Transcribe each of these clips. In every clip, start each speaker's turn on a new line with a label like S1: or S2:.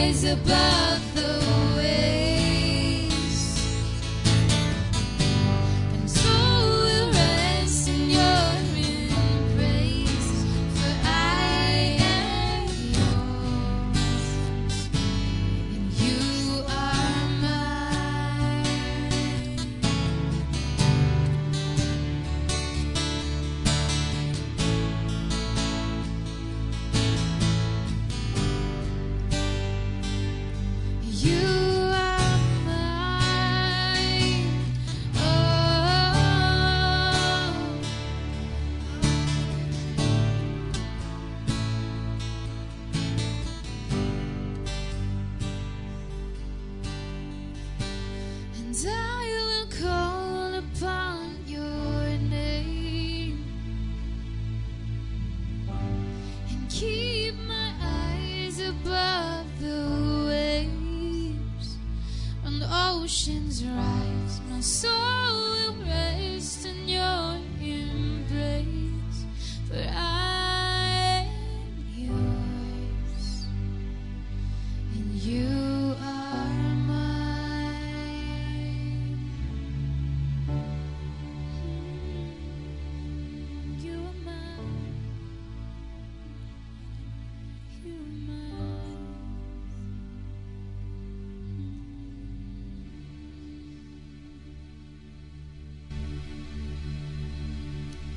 S1: about the waves. And so we'll rest in your embrace, for I am yours, and you are mine. You are mine. Oh. And I will call upon your name and keep my eyes above the waves. When the oceans rise, my soul will rest in your embrace. For I am yours, and you are mine. You are mine.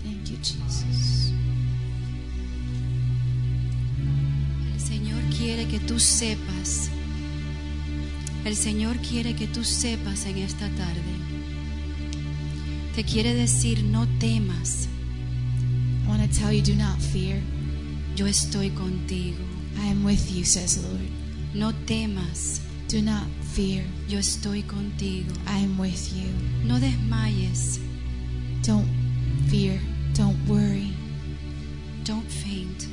S1: Thank you, Jesus.
S2: El Señor quiere que tú sepas. El Señor quiere que tú sepas en esta tarde. Te quiere decir, no temas,
S1: I want to tell you do not fear.
S2: yo estoy contigo.
S1: I am with you, says the Lord.
S2: No temas,
S1: Do not fear.
S2: yo estoy contigo.
S1: I am with you.
S2: No desmayes,
S1: Don't fear. Don't worry.
S2: don't faint,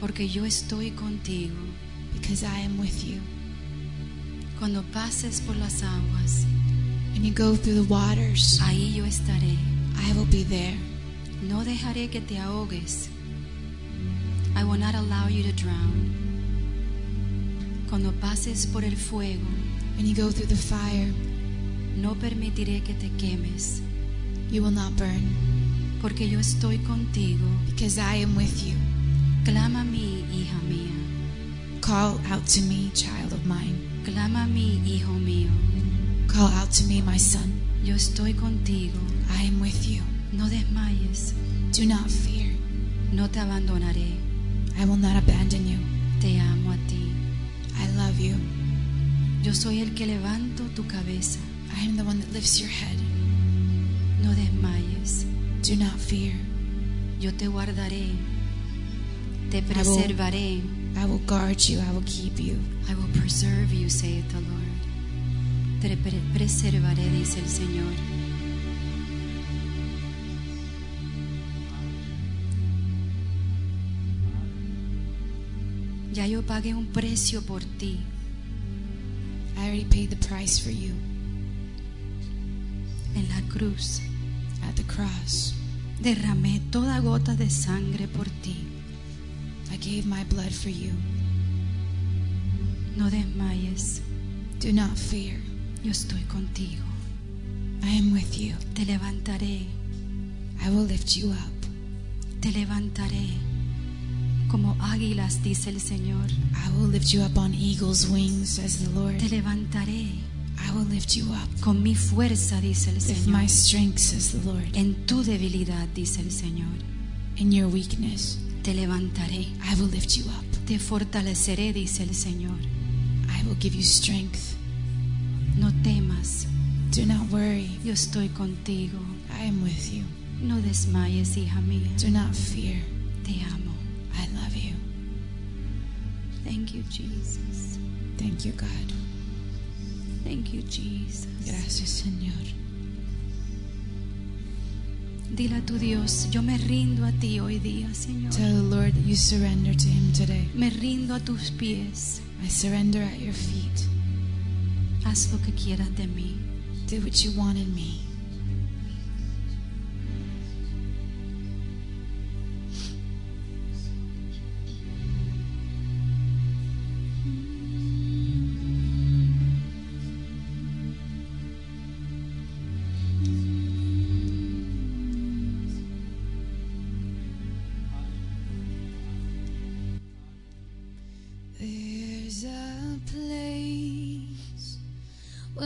S2: porque yo estoy contigo.
S1: Because I am with you.
S2: Cuando pases por las aguas,
S1: When you go through the waters,
S2: ahí yo estaré.
S1: I will be there.
S2: No dejaré que te ahogues. I will not allow you to drown. Cuando pases por el fuego,
S1: When you go through the fire,
S2: no permitiré que te quemes,
S1: you will not burn.
S2: porque yo estoy contigo.
S1: Because I am with you.
S2: Clama a mí, hija mía.
S1: Call out to me, child of mine.
S2: Clama a mí, hijo mío.
S1: Call out to me, my son.
S2: Yo estoy contigo.
S1: I am with you.
S2: No desmayes.
S1: Do not fear.
S2: No te abandonaré.
S1: I will not abandon you.
S2: Te amo a ti.
S1: I love you.
S2: Yo soy el que levanto tu cabeza.
S1: I am the one that lifts your head.
S2: No desmayes.
S1: Do not fear.
S2: Yo te guardaré. Te
S1: will-
S2: preservaré.
S1: I will guard you. I will keep you.
S2: I will preserve you, saith the Lord. Te pre- preservaré, dice el Señor. Ya yo pagué un precio por ti.
S1: I already paid the price for you
S2: En la cruz
S1: at the cross.
S2: derramé toda gota de sangre por ti.
S1: I gave my blood for you.
S2: No desmayes.
S1: Do not fear.
S2: Yo estoy contigo.
S1: I am with you.
S2: Te levantaré.
S1: I will lift you up.
S2: Te levantaré. Como águilas, dice el Señor.
S1: I will lift you up on eagle's wings, says the Lord.
S2: Te levantaré
S1: I will lift you up
S2: con mi fuerza, dice el
S1: with
S2: Señor.
S1: my strength, says the Lord.
S2: En tu debilidad, dice el Señor.
S1: In your weakness,
S2: Te levantaré,
S1: I will lift you up.
S2: te fortaleceré, dice el Señor.
S1: I will give you strength.
S2: No temas,
S1: Do not worry.
S2: yo estoy contigo.
S1: I am with you.
S2: No desmayes, hija mía.
S1: Do not fear.
S2: Te amo.
S1: I love you.
S2: Thank you, Jesus.
S1: Thank you, God.
S2: Thank you, Jesus.
S1: Gracias, Señor.
S2: Dile a tu Dios, yo me rindo a ti hoy día, Señor.
S1: Tell the Lord that you surrender to Him today.
S2: Me rindo a tus pies.
S1: I surrender at your feet.
S2: Haz lo que quieras de mí.
S1: Do what you want in me.
S2: Thank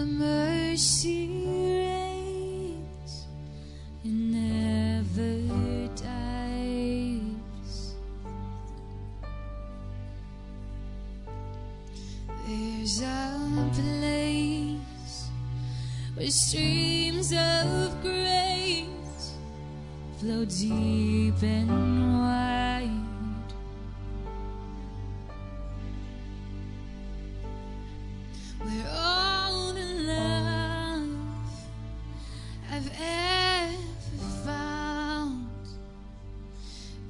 S3: mercy reigns and never dies. There's a place where streams of grace flow deep and wide. Where all the love I've ever found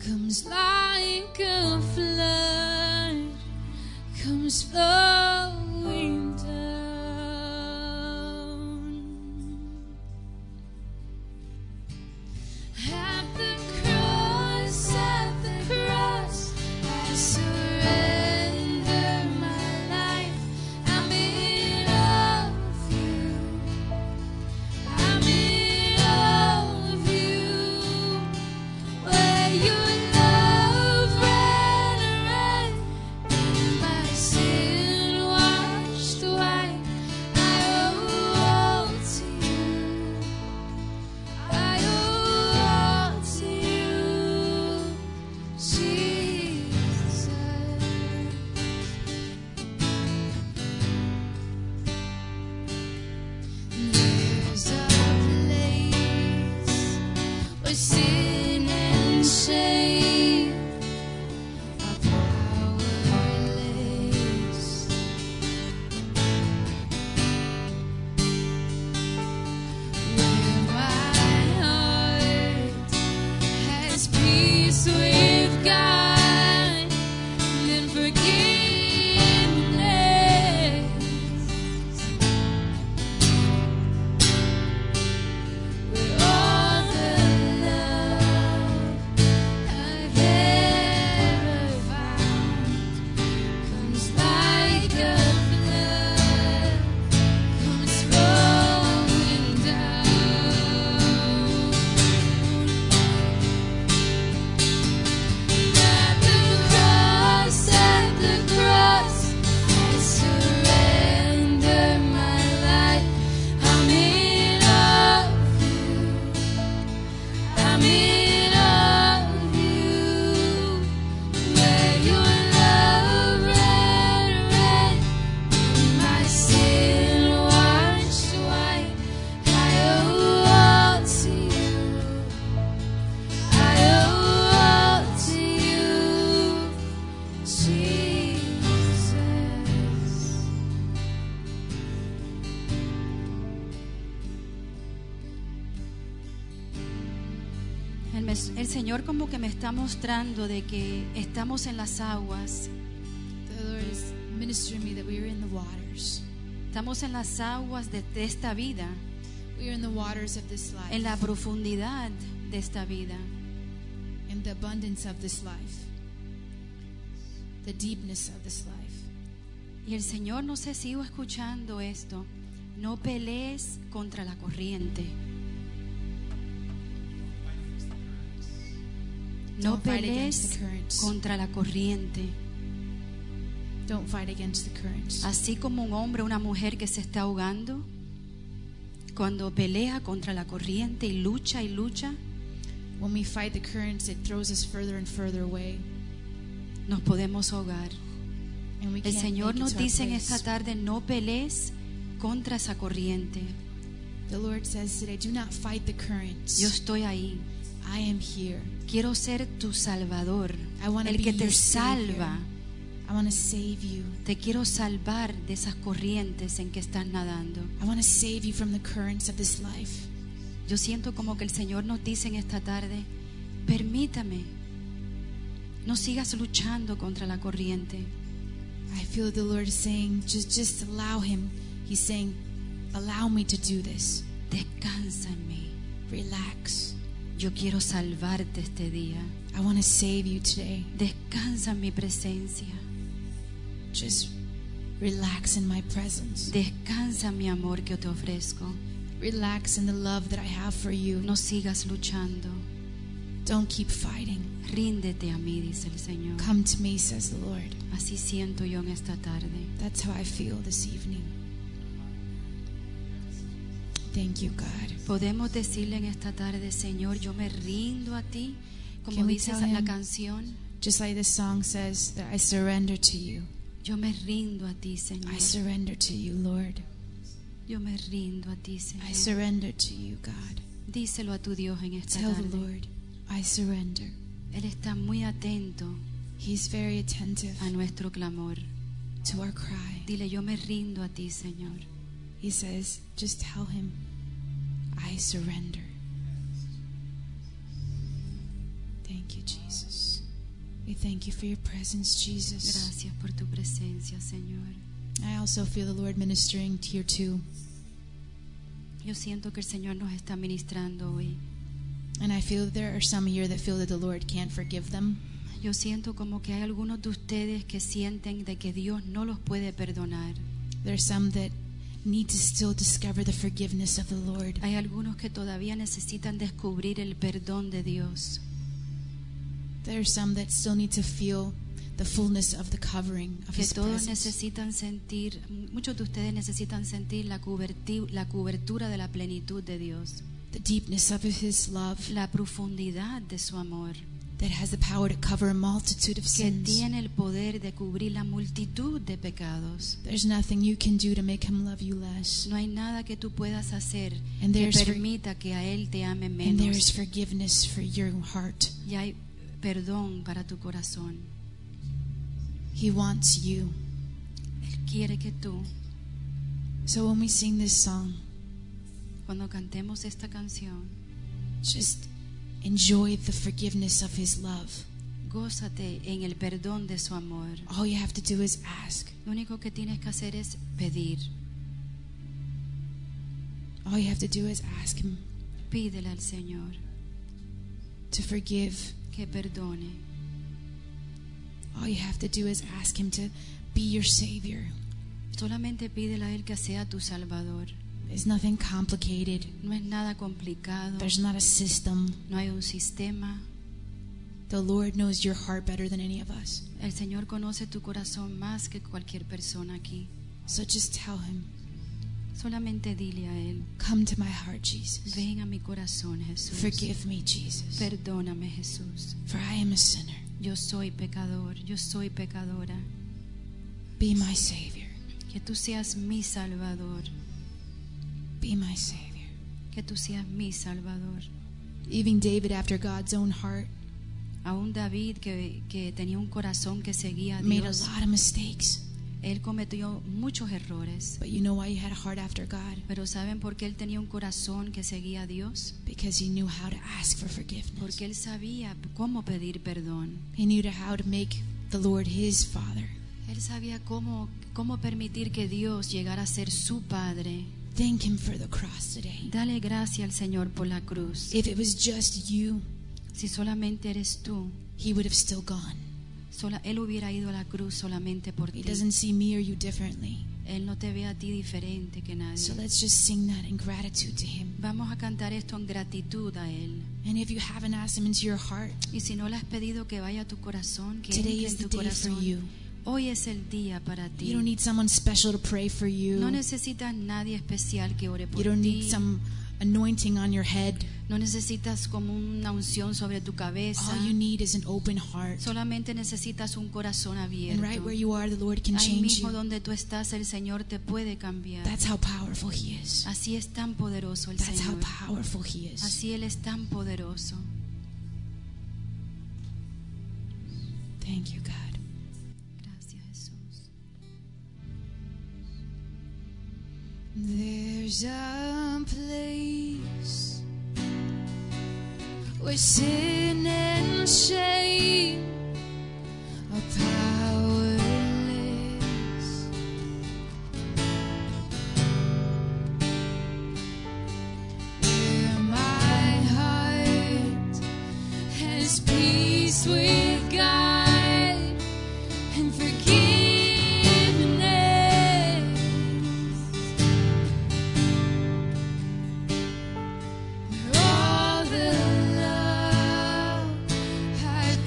S3: comes like a flood, comes flowing down. At the cross, at the cross, I surrender my life. I'm in love you. I'm in love of you. Where your love ran red, and my sin washed white. I owe all to you. I owe all to you, Jesus. There's a place where sin and shame are powerless. Where my heart has peace with God and forgiveness. Where all the love I've ever found comes like a flood, comes flowing down. At the cross, at the cross, I surrender my life. I'm in love I'm in love with you. Where your love ran red, and my sin washed white. I owe all to you. I owe all to you, Jesus.
S2: El, mes- el Señor como que me está mostrando de que estamos en las aguas,
S1: The Lord is ministering me that we are in the waters.
S2: estamos en las aguas de, de esta vida,
S1: We are in the waters of this life,
S2: en la profundidad de esta vida.
S1: in the abundance of this life, the deepness of this life.
S2: Y el Señor, no sé, sigo escuchando esto, no pelees contra la corriente. No
S1: Don't fight
S2: pelees
S1: against the currents.
S2: contra la corriente.
S1: Don't fight against the currents.
S2: Así como un hombre o una mujer que se está ahogando, cuando pelea contra la corriente y lucha y lucha,
S1: When we fight the currents, it throws us further and further away,
S2: nos podemos ahogar.
S1: and we
S2: El
S1: can't
S2: Señor
S1: make it
S2: nos
S1: to our
S2: dice en
S1: place.
S2: esta tarde, no pelees contra esa corriente.
S1: The Lord says today, do not fight the currents.
S2: Yo estoy ahí.
S1: I am here.
S2: Quiero ser tu salvador,
S1: I wanna
S2: el
S1: be
S2: que te
S1: your savior.
S2: salva.
S1: I want to save you.
S2: Te quiero salvar de esas corrientes en que estás nadando.
S1: I want to save you from the currents of this life.
S2: Yo siento como que el Señor nos dice en esta tarde, permítame, no sigas luchando contra la corriente.
S1: I feel the Lord is saying, just just allow him. He's saying, allow me to do this.
S2: Descansa en mí.
S1: Relax.
S2: Yo quiero salvarte este día.
S1: I want to save you today.
S2: Descansa en mi presencia.
S1: Just relax in my presence.
S2: Descansa en mi amor que te ofrezco.
S1: Relax in the love that I have for you.
S2: No sigas luchando.
S1: Don't keep fighting.
S2: Ríndete a mí, dice el Señor.
S1: Come to me, says the Lord.
S2: Así siento yo en esta tarde.
S1: That's how I feel this evening. Thank you, God.
S2: Podemos decirle en esta tarde, Señor, yo me rindo a ti, como
S1: Can we
S2: dice
S1: tell
S2: la
S1: him?
S2: canción.
S1: Just like this song says, that I surrender to you.
S2: Yo me rindo a ti, Señor.
S1: I surrender to you, Lord.
S2: Yo me rindo a ti, Señor.
S1: I surrender to you, God.
S2: Díselo a tu Dios en esta
S1: Tell the
S2: tarde.
S1: Lord, I surrender.
S2: Él está muy atento
S1: He's very attentive
S2: a nuestro clamor.
S1: to our cry.
S2: Dile, yo me rindo a ti, Señor.
S1: He says, just tell him, I surrender. Thank you, Jesus. We thank you for your presence, Jesus.
S2: Gracias por tu presencia, Señor.
S1: I also feel the Lord ministering to you too.
S2: Yo siento que el Señor nos está ministrando hoy.
S1: And I feel there are some here that feel that the Lord can't forgive them.
S2: Yo siento como que hay algunos de ustedes que sienten de que Dios no los puede perdonar.
S1: There are some that need to still discover the forgiveness of the Lord.
S2: Hay algunos que todavía necesitan descubrir el perdón de Dios.
S1: There are some that still need to feel the fullness of the covering of
S2: Que
S1: His
S2: todos
S1: presence.
S2: necesitan sentir, muchos de ustedes necesitan sentir la, cuberti- la cobertura de la plenitud de Dios,
S1: The deepness of His love
S2: la profundidad de su amor,
S1: that has the power to cover a multitude of
S2: que
S1: sins.
S2: tiene el poder de cubrir la multitud de pecados.
S1: There's nothing you can do to make Him love you less.
S2: No hay nada que tú puedas hacer
S1: And
S2: que
S1: there's for-
S2: permita que a Él te ame
S1: And there is
S2: menos.
S1: forgiveness for your heart.
S2: Y hay perdón para tu corazón.
S1: He wants you.
S2: Él quiere que tú,
S1: So when we sing this song,
S2: cuando cantemos esta canción,
S1: just enjoy the forgiveness of His love.
S2: gózate en el perdón de su amor.
S1: All you have to do is ask.
S2: Lo único que tienes que hacer es pedir.
S1: All you have to do is ask Him
S2: Pídele al Señor
S1: to forgive.
S2: que perdone.
S1: All you have to do is ask Him to be your Savior.
S2: Solamente pídele a Él que sea tu Salvador.
S1: There's nothing complicated,
S2: No es nada complicado.
S1: there's not a system.
S2: No hay un sistema.
S1: The Lord knows your heart better than any of us.
S2: El Señor conoce tu corazón más que cualquier persona aquí.
S1: So just tell Him,
S2: Solamente dile a Él,
S1: Come to my heart, Jesus.
S2: ven a mi corazón, Jesús.
S1: Forgive me, Jesus,
S2: Perdóname, Jesús.
S1: for I am a sinner.
S2: Yo soy pecador, yo soy pecadora.
S1: Be my Savior.
S2: Que tú seas mi Salvador,
S1: Be my Savior.
S2: que tú seas mi Salvador.
S1: Even David, after God's own heart,
S2: Aún David, que, que tenía un corazón que seguía a
S1: made a
S2: Dios,
S1: lot of mistakes.
S2: él cometió muchos errores.
S1: But you know why he had a heart after God?
S2: Pero ¿saben por qué él tenía un corazón que seguía a Dios?
S1: Because he knew how to ask for forgiveness.
S2: Porque él sabía cómo pedir perdón.
S1: He knew to- how to make the Lord his Father.
S2: Él sabía cómo, cómo permitir que Dios llegara a ser su Padre.
S1: Thank him for the cross today.
S2: Dale gracias al Señor por la cruz.
S1: If it was just you,
S2: Si solamente eres tú,
S1: he would have still gone.
S2: sola- Él hubiera ido a la cruz solamente por
S1: He
S2: ti.
S1: doesn't see me or you differently.
S2: Él no te ve a ti diferente que
S1: So
S2: nadie.
S1: let's just sing that in gratitude to him.
S2: Vamos a cantar esto en gratitud a Él.
S1: And if you haven't asked him into your heart,
S2: Y si no le has pedido que vaya a tu corazón, que
S1: Today
S2: entre
S1: is
S2: en
S1: the
S2: tu
S1: day
S2: corazón.
S1: for you.
S2: Hoy es el día para ti.
S1: you don't need someone special to pray for
S2: no
S1: you.
S2: necesitas nadie especial que ore por
S1: You don't
S2: ti.
S1: need some anointing on your head.
S2: no necesitas como una unción sobre tu cabeza.
S1: All you need is an open heart.
S2: Solamente necesitas un corazón
S1: And
S2: abierto.
S1: right where you are, the Lord can
S2: Ahí
S1: change
S2: mismo
S1: you.
S2: donde tú estás, el Señor te puede cambiar.
S1: That's how powerful He is.
S2: Así es tan poderoso el
S1: That's how
S2: Señor.
S1: powerful He is.
S2: Así Él es tan poderoso.
S1: Thank you, God.
S2: Gracias, Jesús.
S1: There's a place where sin and shame are powerless. Where my heart has peace with God and forgiveness. All the love I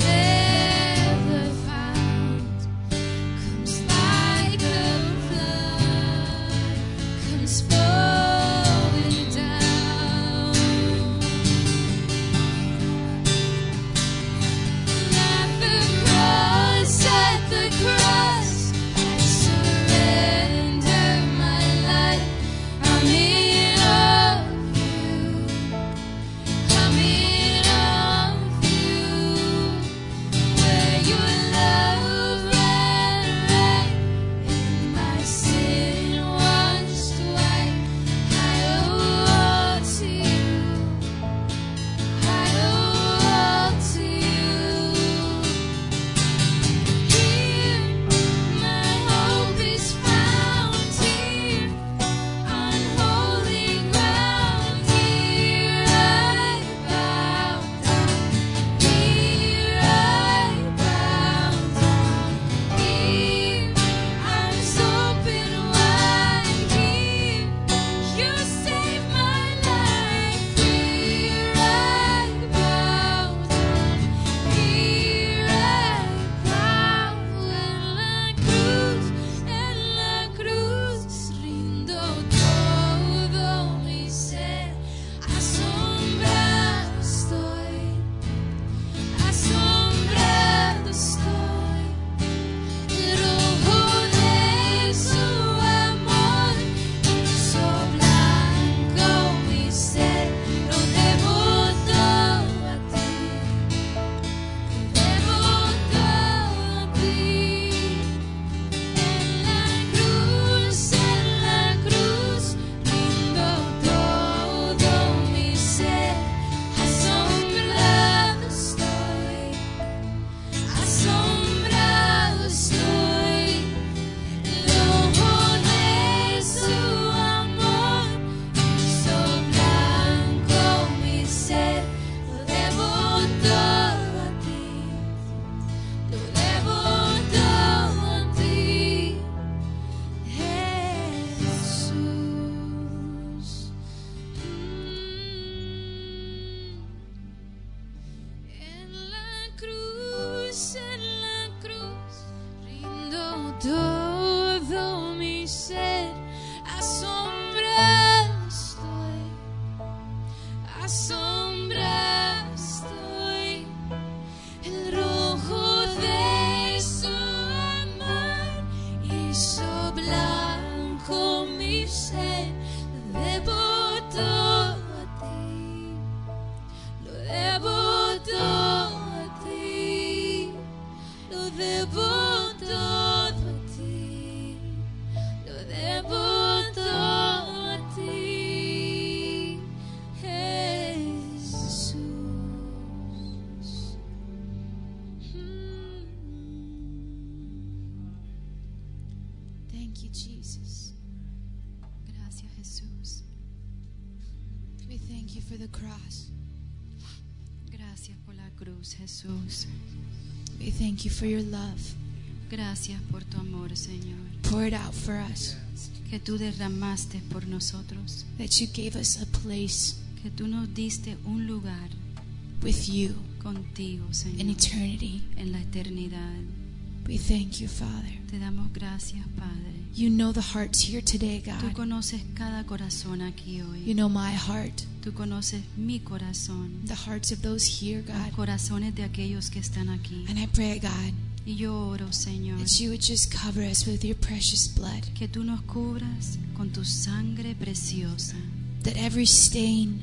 S3: todo mi ser, asombra estoy, asombra estoy, el rojo de su amor hizo blanco mi ser, devoto a ti, lo devoto a ti. Lo debo todo a ti. Lo debo todo a ti. Jesús.
S1: Thank you, Jesus.
S2: Gracias Jesús.
S1: We thank you for the cross.
S2: Gracias por la cruz Jesús.
S1: We thank you for your love
S2: Gracias por tu amor Señor.
S1: poured out for us,
S2: Que tú derramaste por nosotros.
S1: that you gave us a place
S2: Que tú nos diste un lugar
S1: with you
S2: contigo
S1: in
S2: Señor.
S1: eternity.
S2: En la eternidad.
S1: We thank you, Father.
S2: Te damos gracias Padre.
S1: You know the hearts here today,
S2: Tú
S1: God.
S2: conoces cada corazón aquí
S1: You
S2: hoy.
S1: know my heart,
S2: Tú conoces mi corazón.
S1: the hearts of those here,
S2: Los
S1: God.
S2: corazones de aquellos que están aquí.
S1: And I pray, God,
S2: Y yo oro, Señor,
S1: that you would just cover us with your precious blood,
S2: que tú nos cubras con tu sangre preciosa.
S1: that every stain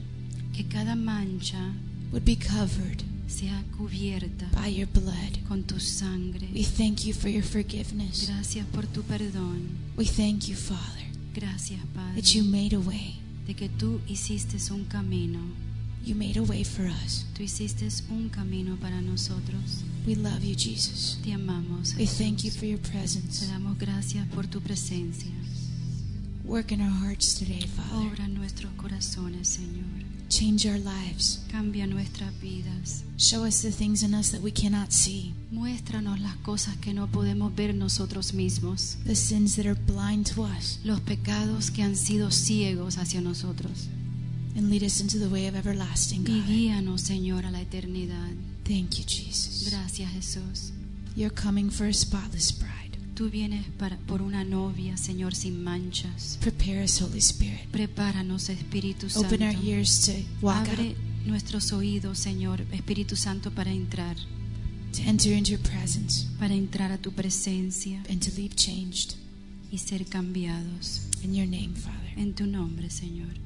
S2: Que cada mancha
S1: would be covered
S2: sea cubierta
S1: by your blood.
S2: con tu sangre.
S1: We thank you for your forgiveness.
S2: Gracias por tu perdón.
S1: We thank you, Father,
S2: Gracias, Padre,
S1: that you made a way.
S2: de que tú hiciste un camino.
S1: You made a way for us.
S2: Tú hiciste un camino para nosotros.
S1: We love you, Jesus.
S2: Te amamos.
S1: We thank you
S2: Jesús.
S1: for your
S2: Te
S1: presence.
S2: damos gracias por tu presencia.
S1: Work in our hearts today, Father.
S2: Obra en nuestros corazones, Señor.
S1: Change our lives.
S2: Cambia nuestras vidas.
S1: Show us the things in us that we cannot see,
S2: Muéstranos las cosas que no podemos ver nosotros mismos,
S1: the sins that are blind to us,
S2: los pecados que han sido ciegos hacia nosotros.
S1: and lead us into the way of everlasting
S2: Y
S1: God.
S2: guíanos, Señor, a la eternidad.
S1: Thank you, Jesus.
S2: Gracias, Jesús.
S1: You're coming for a spotless bride.
S2: Tú vienes para- por una novia, Señor, sin manchas.
S1: Prepare us, Holy Spirit.
S2: Prepáranos, Espíritu Santo.
S1: Open our ears to walk out,
S2: Abre nuestros oídos, Señor, Espíritu Santo, para entrar,
S1: to enter into your presence,
S2: para entrar a tu presencia
S1: and to leave changed.
S2: y ser cambiados.
S1: In your name, Father.
S2: En tu nombre, Señor.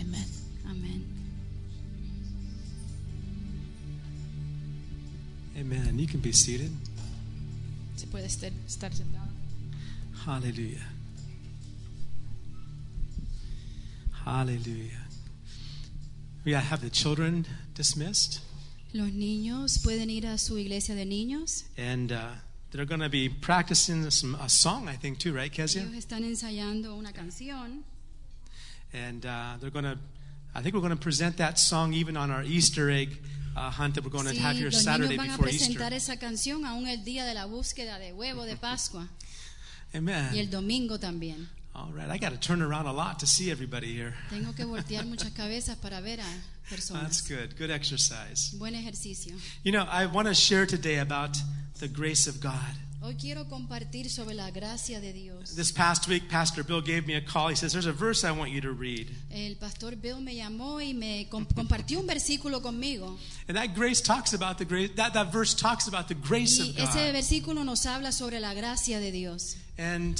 S1: Amen.
S2: Amén.
S4: Amen. You can be seated.
S5: Se puede estar, estar sentado.
S4: Hallelujah. Hallelujah. We gotta have the children dismissed,
S2: Los niños pueden ir a su iglesia de niños.
S4: and uh, they're going to be practicing some a song, I think, too, right, Kezia?
S2: Ellos están ensayando una canción
S4: And uh, they're going to, I think, we're going to present that song even on our Easter egg uh, hunt that we're going to
S2: Sí,
S4: have here
S2: los
S4: Saturday
S2: niños van a
S4: before Easter.
S2: presentar esa canción aún el día de la búsqueda de huevo de Pascua
S4: Amen.
S2: y el domingo también.
S4: All right, I got to turn around a lot to see everybody here.
S2: Tengo que voltear muchas cabezas para ver a
S4: That's
S2: personas.
S4: good. Good exercise.
S2: Buen ejercicio.
S4: You know, I want to share today about the grace of God.
S2: Hoy quiero compartir sobre la gracia de Dios.
S4: This past week, Pastor Bill gave me a call. He says, There's a verse I want you to read.
S2: El pastor Bill me llamó y me com- compartió un versículo conmigo.
S4: And that grace talks about the grace, that, that verse talks about the grace
S2: Y
S4: of
S2: ese
S4: God.
S2: versículo nos habla sobre la gracia de Dios.
S4: And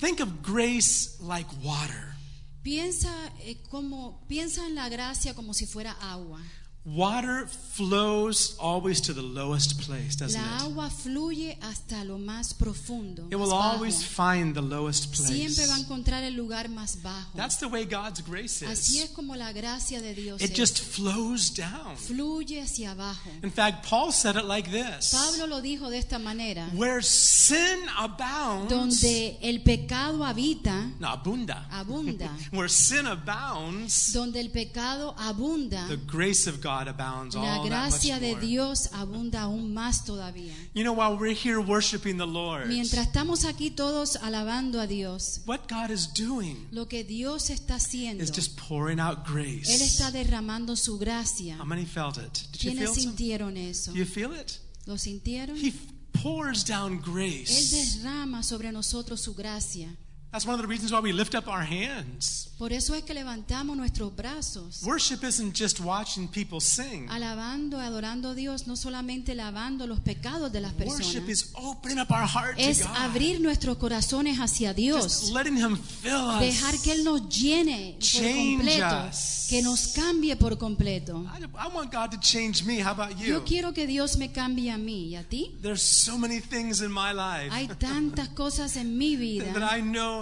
S4: think of grace like water.
S2: Piensa, eh, como, piensa en la gracia como si fuera agua.
S4: Water flows always to the lowest place, doesn't
S2: La
S4: it?
S2: agua fluye hasta lo más profundo.
S4: It
S2: más
S4: will
S2: bajo.
S4: always find the lowest
S2: Siempre va a
S4: place.
S2: encontrar el lugar más bajo.
S4: That's the way God's grace
S2: Así es
S4: is.
S2: como la gracia de Dios
S4: It
S2: es.
S4: just flows down.
S2: fluye hacia abajo.
S4: In fact, Paul said it like this
S2: Pablo lo dijo de esta manera:
S4: Where sin abounds,
S2: donde el pecado habita,
S4: no, abunda.
S2: abunda.
S4: Where sin abounds,
S2: donde el pecado abunda,
S4: the grace of God abounds
S2: la
S4: all that much
S2: gracia de
S4: more.
S2: Dios abunda aún más todavía.
S4: You know, while we're here worshiping the Lord,
S2: Mientras estamos aquí todos alabando a Dios,
S4: what God is doing
S2: lo que Dios está haciendo,
S4: is just pouring out
S2: Él
S4: grace.
S2: está derramando su gracia.
S4: How many felt it? Did you
S2: ¿Quiénes
S4: feel some?
S2: sintieron eso?
S4: Do you feel it?
S2: ¿Lo sintieron?
S4: He f- pours down
S2: Él
S4: grace.
S2: derrama sobre nosotros su gracia.
S4: That's one of the reasons why we lift up our hands.
S2: Por eso es que levantamos nuestros brazos,
S4: Worship isn't just watching people sing.
S2: alabando, adorando a Dios, no solamente lavando los pecados de las
S4: Worship
S2: personas.
S4: is opening up our heart to
S2: Es
S4: God.
S2: abrir nuestros corazones hacia
S4: Just
S2: Dios,
S4: letting Him fill us.
S2: dejar que Él nos llene por
S4: Change
S2: completo,
S4: us.
S2: que nos cambie por completo.
S4: I, I want God to change me. How about you?
S2: Yo quiero que Dios me cambie a mí y a ti.
S4: There's so many things in my life
S2: Hay tantas cosas en mi
S4: that
S2: vida
S4: I know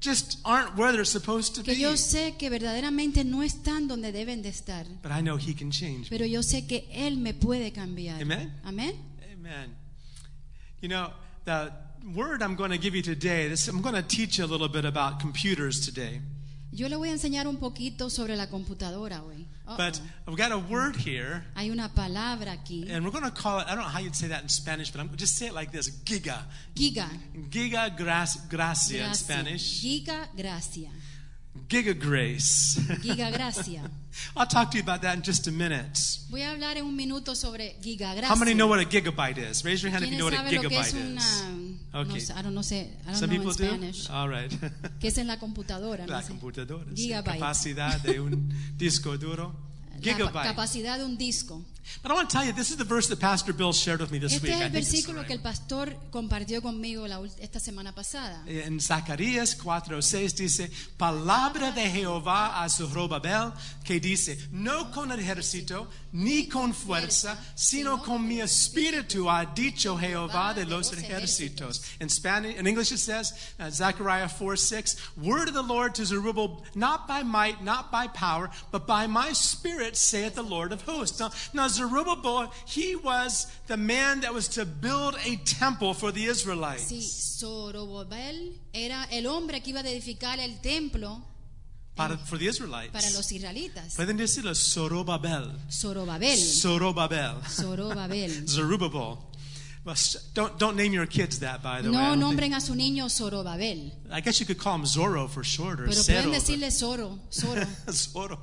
S4: just aren't where they're supposed to
S2: que
S4: be.
S2: yo sé que verdaderamente no están donde deben de estar,
S4: But I know He can change me.
S2: pero yo sé que Él me puede cambiar.
S4: Amen.
S2: Amén.
S4: Amen. You know, the word I'm going to give you today, this, I'm going to teach you a little bit about computers today.
S2: Yo le voy a enseñar un poquito sobre la computadora hoy. Uh-oh.
S4: But we've got a word here,
S2: Hay una palabra aquí,
S4: and we're going to call it, I don't know how you'd say that in Spanish, but I'm just say it like this giga.
S2: giga.
S4: Giga gracia, gracia in
S2: Gracia.
S4: Spanish.
S2: Giga gracia.
S4: Giga grace.
S2: Giga gracia.
S4: I'll talk to you about that in just a minute.
S2: Voy a hablar en un minuto sobre giga gracia.
S4: How many know what a gigabyte is? Raise your hand if you know
S2: ¿Quiénes
S4: what a
S2: saben lo que es
S4: gigabyte
S2: una?
S4: is.
S2: No
S4: Okay.
S2: sé, I don't know, say- I don't
S4: Some
S2: know in
S4: people do?
S2: Spanish.
S4: All right.
S2: ¿Qué es en la computadora? no
S4: La
S2: sé.
S4: computadora. sí.
S2: Gigabyte.
S4: Capacidad de un disco duro.
S2: La pa-
S4: Gigabyte.
S2: capacidad de un disco.
S4: But I want to tell you, this is the verse that Pastor Bill shared with me this
S2: Este
S4: week.
S2: es
S4: I
S2: el
S4: think this is the
S2: versículo
S4: right
S2: que el pastor compartió conmigo la ul- esta semana pasada.
S4: one. En Zacarías 4, 6 dice, Palabra de Jehová a Zorobabel, que dice, No con ejército, ni con fuerza, sino con mi espíritu ha dicho Jehová de los ejércitos. In Spanish, in English it says, uh, Zechariah 4, 6, Word of the Lord to Zerubbabel, not by might, not by power, but by my spirit, saith the Lord of hosts. Now, now Zerubbabel, he was the man that was to build a temple for the Israelites.
S2: Sí, Zorobabel era el hombre que iba a edificar el templo
S4: Para- for the Israelites.
S2: para los israelitas.
S4: Pueden decirlo, Zorobabel.
S2: Zorobabel.
S4: Zorobabel.
S2: Zorobabel.
S4: Zerubbabel. Well, s- don't, don't name your kids that, by the way. I
S2: No
S4: don't
S2: nombren a su niño Zorobabel,
S4: think- I guess you could call him Zorro for short or
S2: pero
S4: Zero.
S2: pueden decirle Zoro, Zoro.
S4: Zorro.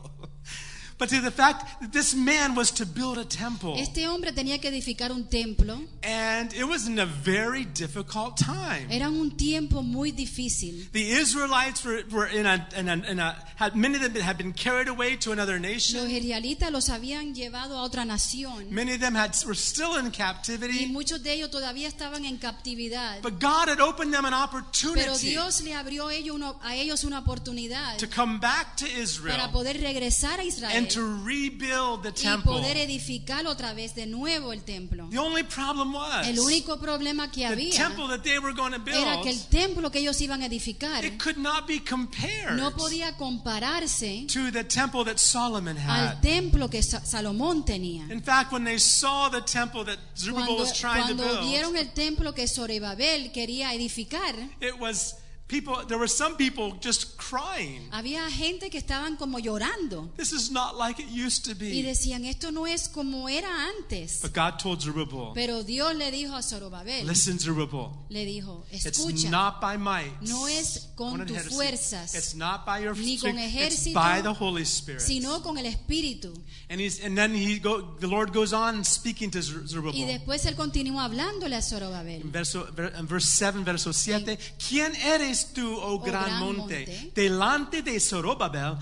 S4: But to the fact that this man was to build a temple.
S2: Este hombre tenía que edificar un templo.
S4: And it was in a very difficult time.
S2: Era un tiempo muy difícil.
S4: The Israelites were, were in a, in a, in a had, many of them had been carried away to another
S2: Los
S4: nation.
S2: israelitas los habían llevado a otra nación
S4: Many of them had, were still in
S2: y
S4: captivity.
S2: muchos de ellos todavía estaban en captividad.
S4: But God had opened them an
S2: Pero
S4: opportunity
S2: Dios le abrió a ellos una- a ellos una oportunidad
S4: to come back to
S2: para
S4: Israel
S2: poder regresar a Israel
S4: and to rebuild the
S2: y
S4: temple.
S2: poder edificar otra vez de nuevo el templo.
S4: The only problem was
S2: El único problema que
S4: the
S2: había
S4: temple that they were going to
S2: era
S4: build,
S2: que el templo que ellos iban a edificar
S4: it could not be compared
S2: no podía compararse
S4: to the temple that Solomon
S2: al
S4: had.
S2: templo que Sa- Salomón tenía.
S4: In fact, when they saw the temple that Zerubbabel
S2: Cuando,
S4: was trying to
S2: cuando
S4: build,
S2: vieron el templo que Zorobabel quería edificar,
S4: it was people, there were some people just crying.
S2: había gente que estaban como llorando
S4: This is not like it used to
S2: y
S4: be.
S2: decían, esto no es como era antes.
S4: But God told Zerubbabel,
S2: Pero Dios le dijo a Zorobabel,
S4: listen, Zerubbabel,
S2: le dijo,
S4: It's
S2: escucha,
S4: not by might.
S2: No es con
S4: el
S2: tus
S4: ejército.
S2: fuerzas,
S4: It's not by your
S2: ni con
S4: strength. It's
S2: ejército,
S4: by the Holy Spirit.
S2: sino con el Espíritu.
S4: and he's and then he go the Lord goes on speaking to Zer-
S2: Y
S4: Zerubbabel.
S2: después él continuó hablándole a
S4: En
S2: Zorobabel.
S4: verso, ver- en verse 7, verso 7, ¿Quién eres tú, oh, gran,
S2: gran
S4: monte?
S2: monte?
S4: Delante de Zorobabel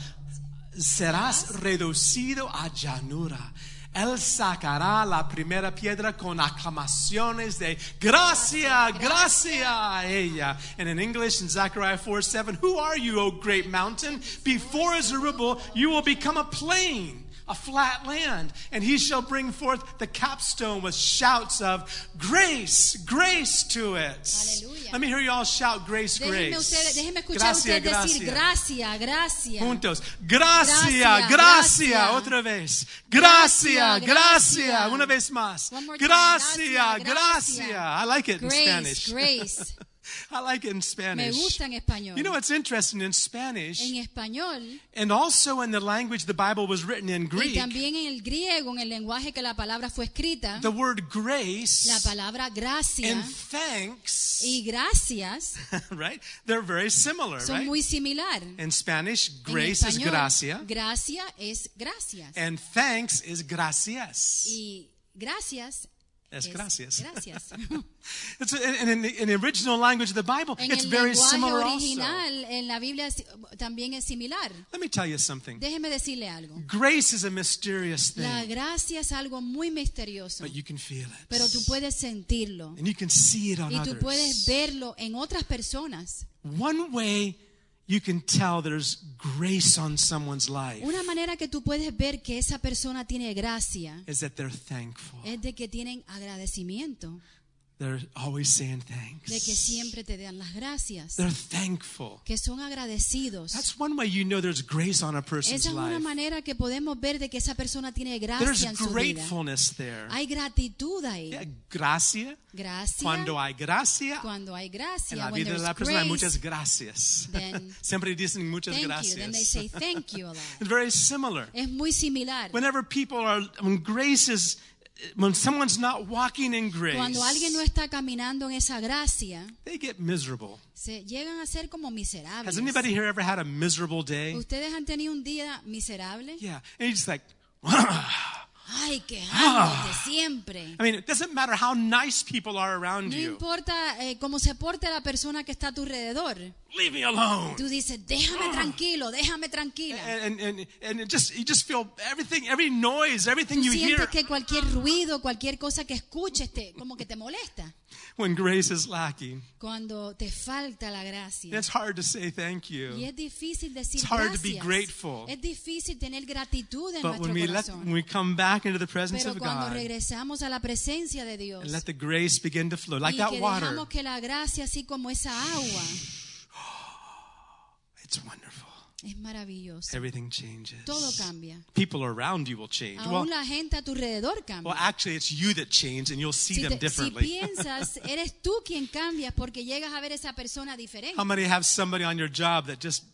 S4: serás reducido a llanura. Él sacará la primera piedra con aclamaciones de gracia, gracia a ella. And in English, in Zechariah 4 7, who are you, O great mountain? Before Zerubbabel, you will become a plain a flat land, and he shall bring forth the capstone with shouts of grace, grace to it.
S2: Aleluya.
S4: Let me hear you all shout grace,
S2: Déjenme,
S4: grace.
S2: ustedes- déjenme escuchar a ustedes decir gracia, gracia.
S4: Juntos. Gracia,
S2: Gracia,
S4: gracia.
S2: gracia.
S4: Otra vez. Gracia,
S2: Gracia,
S4: gracia.
S2: gracia.
S4: Una vez más.
S2: One more time.
S4: Gracia,
S2: Gracia,
S4: gracia.
S2: gracia.
S4: I like it in
S2: Grace,
S4: Spanish.
S2: grace.
S4: I like it in
S2: Me
S4: Spanish.
S2: gusta en español.
S4: You know what's interesting in Spanish
S2: en español
S4: and also in the language the Bible was written in
S2: y
S4: Greek,
S2: también en el griego, en el lenguaje que la palabra fue escrita,
S4: the word grace
S2: la palabra gracia
S4: and thanks,
S2: y gracias
S4: right? They're very similar,
S2: son
S4: right?
S2: muy similar.
S4: In Spanish,
S2: En
S4: grace is
S2: español,
S4: gracia,
S2: Gracia es gracias.
S4: and thanks is gracias.
S2: Y gracias
S4: Es
S2: es
S4: gracias.
S2: Gracias.
S4: It's in, in, in the original language of the Bible,
S2: En
S4: it's
S2: el
S4: very
S2: lenguaje
S4: similar also.
S2: original, en la Biblia es- también es similar.
S4: Let me tell you something.
S2: Déjeme decirle algo.
S4: Grace is a mysterious
S2: La
S4: thing,
S2: gracia es algo muy misterioso,
S4: but you can feel it.
S2: pero tú puedes sentirlo
S4: and you can see it on
S2: y tú puedes
S4: others.
S2: verlo en otras personas.
S4: One way you can tell there's grace on someone's life
S2: Una manera que tú puedes ver que esa persona tiene gracia
S4: is that they're thankful.
S2: es de que tienen agradecimiento,
S4: They're always saying
S2: de que
S4: thanks.
S2: siempre te dan las gracias,
S4: They're thankful.
S2: que son agradecidos.
S4: That's one way you know there's grace on a
S2: Esa
S4: person's
S2: es una
S4: life.
S2: manera que podemos ver de que esa persona tiene
S4: There's
S2: gracia en su vida.
S4: gratefulness there.
S2: Hay gratitud ahí.
S4: Yeah, gracia.
S2: Gracia.
S4: Cuando hay gracia
S2: cuando hay
S4: en
S2: gracia,
S4: la
S2: when
S4: vida de
S2: there's
S4: la persona, hay
S2: grace,
S4: muchas gracias.
S2: then
S4: Siempre dicen muchas
S2: thank you. Then they
S4: gracias.
S2: say thank you a lot.
S4: It's very similar.
S2: Es muy similar.
S4: Whenever people are, when grace is, when someone's not walking in
S2: Cuando alguien no
S4: grace,
S2: está caminando en esa gracia,
S4: they get miserable.
S2: se llegan a ser como miserables.
S4: Has anybody here ever had a miserable day?
S2: ¿Ustedes han tenido un día miserable?
S4: Yeah. And you're just like,
S2: Ay,
S4: Ah.
S2: quejándote siempre.
S4: I mean, it doesn't matter how nice people are around
S2: No
S4: you.
S2: importa eh, cómo se porte la persona que está a tu alrededor.
S4: Leave me alone.
S2: Tú dices,
S4: Ah.
S2: déjame tranquilo, déjame tranquila.
S4: And, and, and it just, you just feel everything, every noise, everything
S2: Tú
S4: you hear
S2: sientes que cualquier ruido, cualquier cosa que escuches, te, como que te molesta.
S4: when grace is lacking.
S2: Cuando te falta la
S4: And
S2: gracia.
S4: it's hard to say thank
S2: Y
S4: you.
S2: es difícil decir
S4: It's hard to be
S2: gracias.
S4: grateful.
S2: Es difícil tener gratitud en
S4: But
S2: nuestro
S4: when we, let,
S2: corazón.
S4: when we come back into the presence
S2: Pero
S4: of
S2: cuando
S4: God
S2: regresamos a la presencia de Dios
S4: and let the grace begin to flow,
S2: y
S4: like
S2: que
S4: that water,
S2: dejamos que la gracia, así como esa agua,
S4: it's wonderful.
S2: es maravilloso.
S4: Everything
S2: Todo
S4: changes.
S2: cambia.
S4: People around you will change. Well,
S2: Aún la gente a tu alrededor
S4: well,
S2: cambia.
S4: actually, it's you that change, and you'll see
S2: Si,
S4: them
S2: te- si
S4: differently.
S2: piensas, eres tú quien cambias porque llegas a ver esa persona diferente.
S4: How many have somebody on your job that just,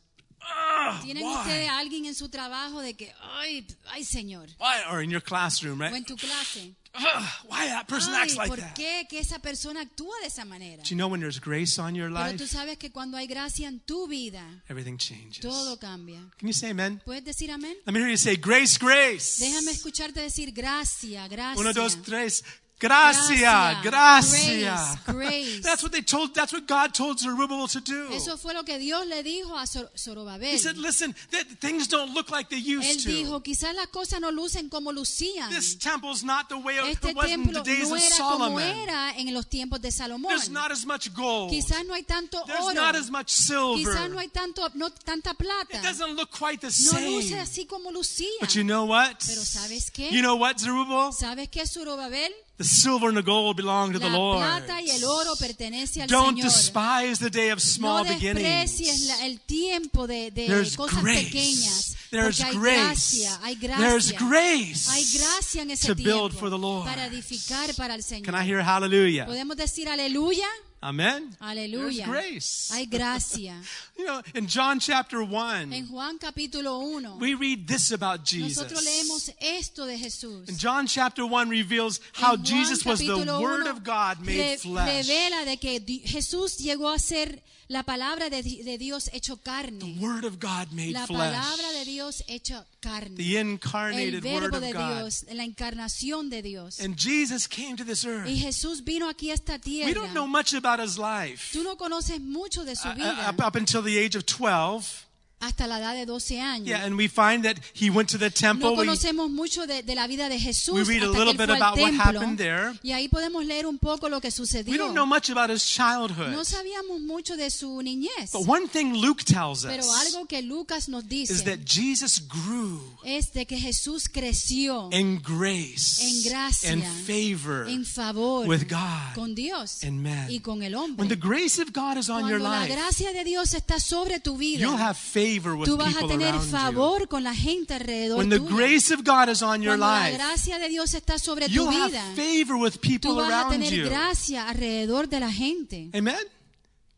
S4: "Ugh,
S2: ¿Tienen ustedes
S4: why?
S2: a alguien en su trabajo de que, ay, ay Señor,
S4: Why? Or in your classroom,
S2: o
S4: right?
S2: en tu clase?
S4: "Ugh, why that person
S2: Ay,
S4: acts like
S2: ¿por
S4: that?
S2: qué que esa persona actúa de esa manera?
S4: Do you know when there's grace on your
S2: Pero tú
S4: life,
S2: sabes que cuando hay gracia en tu vida,
S4: everything changes?
S2: todo cambia.
S4: Can you say amen?
S2: ¿Puedes decir amén?
S4: Let me hear you say grace, grace.
S2: Déjame escucharte decir gracia, gracia.
S4: Uno, dos, tres.
S2: Gracia.
S4: Gracia, gracia.
S2: Grace, grace.
S4: That's what they told. That's what God told Zerubbabel to do.
S2: Eso fue lo que Dios le dijo a Zor-
S4: He
S2: Zorobabel.
S4: said, "Listen, that things don't look like they
S2: Él
S4: used to.
S2: dijo, quizás las cosas no lucen como lucían.
S4: This temple's not the way
S2: Este
S4: it was in the
S2: templo
S4: days
S2: no
S4: of
S2: era como
S4: Solomon.
S2: era en los tiempos de Salomón.
S4: There's not as much gold.
S2: Quizás no hay tanto
S4: There's
S2: oro.
S4: not as much silver.
S2: Quizás no hay tanto, no tanta plata.
S4: It doesn't look quite the
S2: No luce
S4: same."
S2: así como lucía.
S4: But you know what?
S2: Pero ¿sabes qué?
S4: You know what, Zerubbabel?
S2: ¿Sabes qué, Zorobabel?
S4: The silver and the gold belong to the
S2: La
S4: Lord.
S2: plata y el oro pertenece al
S4: Don't
S2: Señor.
S4: despise the day of small
S2: no desprecies
S4: beginnings.
S2: la- el tiempo de, de
S4: There's
S2: cosas
S4: grace.
S2: pequeñas.
S4: There's
S2: porque hay
S4: grace.
S2: gracia, hay gracia.
S4: There's
S2: hay
S4: grace.
S2: gracia en ese
S4: to
S2: tiempo
S4: build for the Lord.
S2: para edificar para el Señor.
S4: Can I hear hallelujah?
S2: Podemos decir aleluya,
S4: Amen.
S2: aleluya.
S4: There's grace.
S2: Hay gracia.
S4: You know, in John chapter 1,
S2: En Juan capítulo 1,
S4: we read this about
S2: nosotros leemos
S4: Jesus.
S2: esto de Jesús.
S4: And John chapter 1 reveals
S2: En
S4: how
S2: Juan
S4: Jesus was the
S2: capítulo
S4: Word
S2: uno,
S4: of God
S2: re-
S4: made flesh.
S2: Revela de que Di- Jesús llegó a ser la palabra de, Di- de Dios hecho
S4: The
S2: carne.
S4: Word of God made
S2: La
S4: flesh.
S2: palabra de Dios hecho carne.
S4: The
S2: el
S4: incarnated Word
S2: verbo
S4: of
S2: de
S4: God.
S2: Dios, la encarnación de Dios.
S4: And Jesus came to this
S2: Y
S4: earth.
S2: Jesús vino aquí a esta
S4: We don't know
S2: tierra.
S4: much about his life.
S2: Tú no conoces mucho de su
S4: Uh,
S2: vida
S4: up, up until the age of 12.
S2: hasta la edad de 12
S4: Yeah,
S2: años.
S4: and we find that he went to the
S2: Mm. No
S4: temple. We-
S2: conocemos mucho de, de la vida de Jesús
S4: we
S2: hasta
S4: read
S2: que
S4: a
S2: él
S4: little
S2: fue
S4: bit
S2: al
S4: about what happened
S2: templo.
S4: there.
S2: Y ahí podemos leer un poco lo que
S4: we
S2: sucedió.
S4: don't know much about his childhood.
S2: No sabíamos mucho de su niñez.
S4: But one thing Luke tells
S2: Pero
S4: us
S2: algo que Lucas nos
S4: is
S2: dice
S4: that Jesus grew
S2: es de que Jesús creció
S4: in grace
S2: En gracia.
S4: and favor
S2: en favor
S4: with God
S2: con Dios
S4: and man.
S2: y con el
S4: When the
S2: hombre.
S4: grace of God is on
S2: Cuando
S4: your
S2: la
S4: life,
S2: gracia de Dios está sobre tu
S4: you'll
S2: vida,
S4: have favor with
S2: tú vas a
S4: people
S2: tener
S4: around you.
S2: favor con la gente alrededor
S4: When the
S2: tuyo.
S4: grace of God is on your
S2: Cuando la
S4: life,
S2: gracia de Dios está sobre tu
S4: You'll have
S2: vida,
S4: favor with
S2: tú
S4: people
S2: vas a
S4: around
S2: tener
S4: you.
S2: gracia alrededor de la gente.
S4: Amen.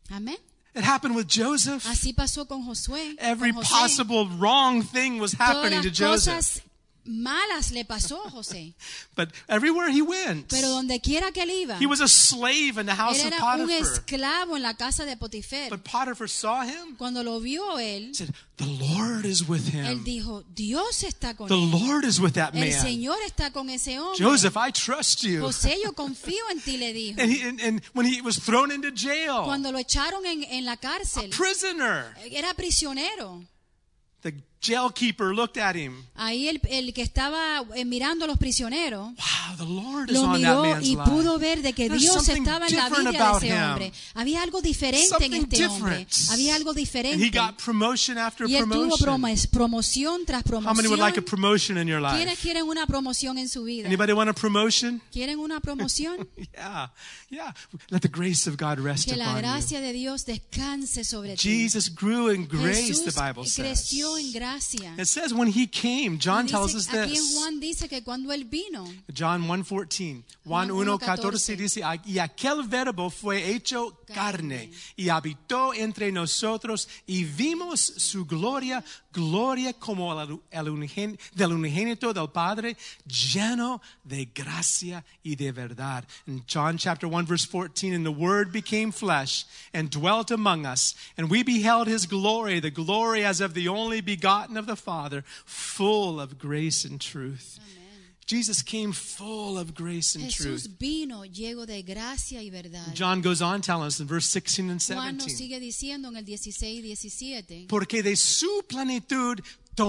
S2: Amén.
S4: It happened with Joseph.
S2: Así pasó con Josué.
S4: Every
S2: con José.
S4: possible wrong thing was
S2: Todas
S4: happening
S2: las
S4: to
S2: cosas
S4: Joseph.
S2: malas le pasó a José,
S4: But everywhere he went,
S2: pero donde quiera que él iba,
S4: he
S2: él
S4: was a slave in the house of
S2: era un
S4: Potiphar.
S2: esclavo en la casa de Potifer.
S4: But Potiphar saw him,
S2: Cuando lo vio él,
S4: said, The Lord is with
S2: él
S4: him.
S2: dijo, Dios está con
S4: The
S2: él.
S4: Lord is with that
S2: El
S4: man.
S2: Señor está con ese hombre.
S4: Joseph, I trust you.
S2: José, yo confío en ti, le dijo.
S4: And, he, and, and when he was thrown into jail,
S2: Cuando lo echaron en, en la cárcel,
S4: prisoner,
S2: era prisionero.
S4: the jail keeper looked at him.
S2: Ahí el, el que estaba eh, mirando a los prisioneros
S4: Wow, the Lord is
S2: lo
S4: on that
S2: miró
S4: man's
S2: y
S4: life.
S2: pudo ver de que
S4: There's
S2: Dios
S4: something
S2: estaba en la
S4: different
S2: vida de
S4: about
S2: ese
S4: him.
S2: hombre. Había algo diferente en
S4: Something
S2: este hombre.
S4: different.
S2: Había algo
S4: And he
S2: diferente.
S4: got promotion after
S2: Y él tuvo
S4: promotion.
S2: promo- promoción tras
S4: How many would like a
S2: promoción.
S4: promotion in your
S2: ¿Quiénes
S4: life?
S2: quieren una promoción en su vida?
S4: Anybody want a promotion?
S2: ¿Quieren una promoción?
S4: Yeah, yeah. Let the grace of God rest
S2: Que la
S4: upon you.
S2: gracia de Dios descanse sobre ti.
S4: Jesus grew in grace, the
S2: Jesús
S4: Bible says.
S2: creció en gracia.
S4: It says when he came, John tells us
S2: Dice, aquí en
S4: this.
S2: Juan dice que cuando él vino,
S4: John 1:14. Juan
S2: Juan
S4: 1:14 dice, y aquel verbo fue hecho carne y habitó entre nosotros y vimos su gloria, gloria como el- el unigen- del unigénito del Padre, lleno de gracia y de verdad. In John chapter 1 verse 14, and the word became flesh and dwelt among us, and we beheld his glory, the glory as of the only begotten of the Father, full of grace and truth. Jesus came full of grace and truth.
S2: Jesús vino, llegó de gracia y verdad.
S4: John goes on telling us in verse 16 and
S2: Juan nos
S4: 17.
S2: sigue diciendo en el 16 y 17,
S4: Porque de su plenitud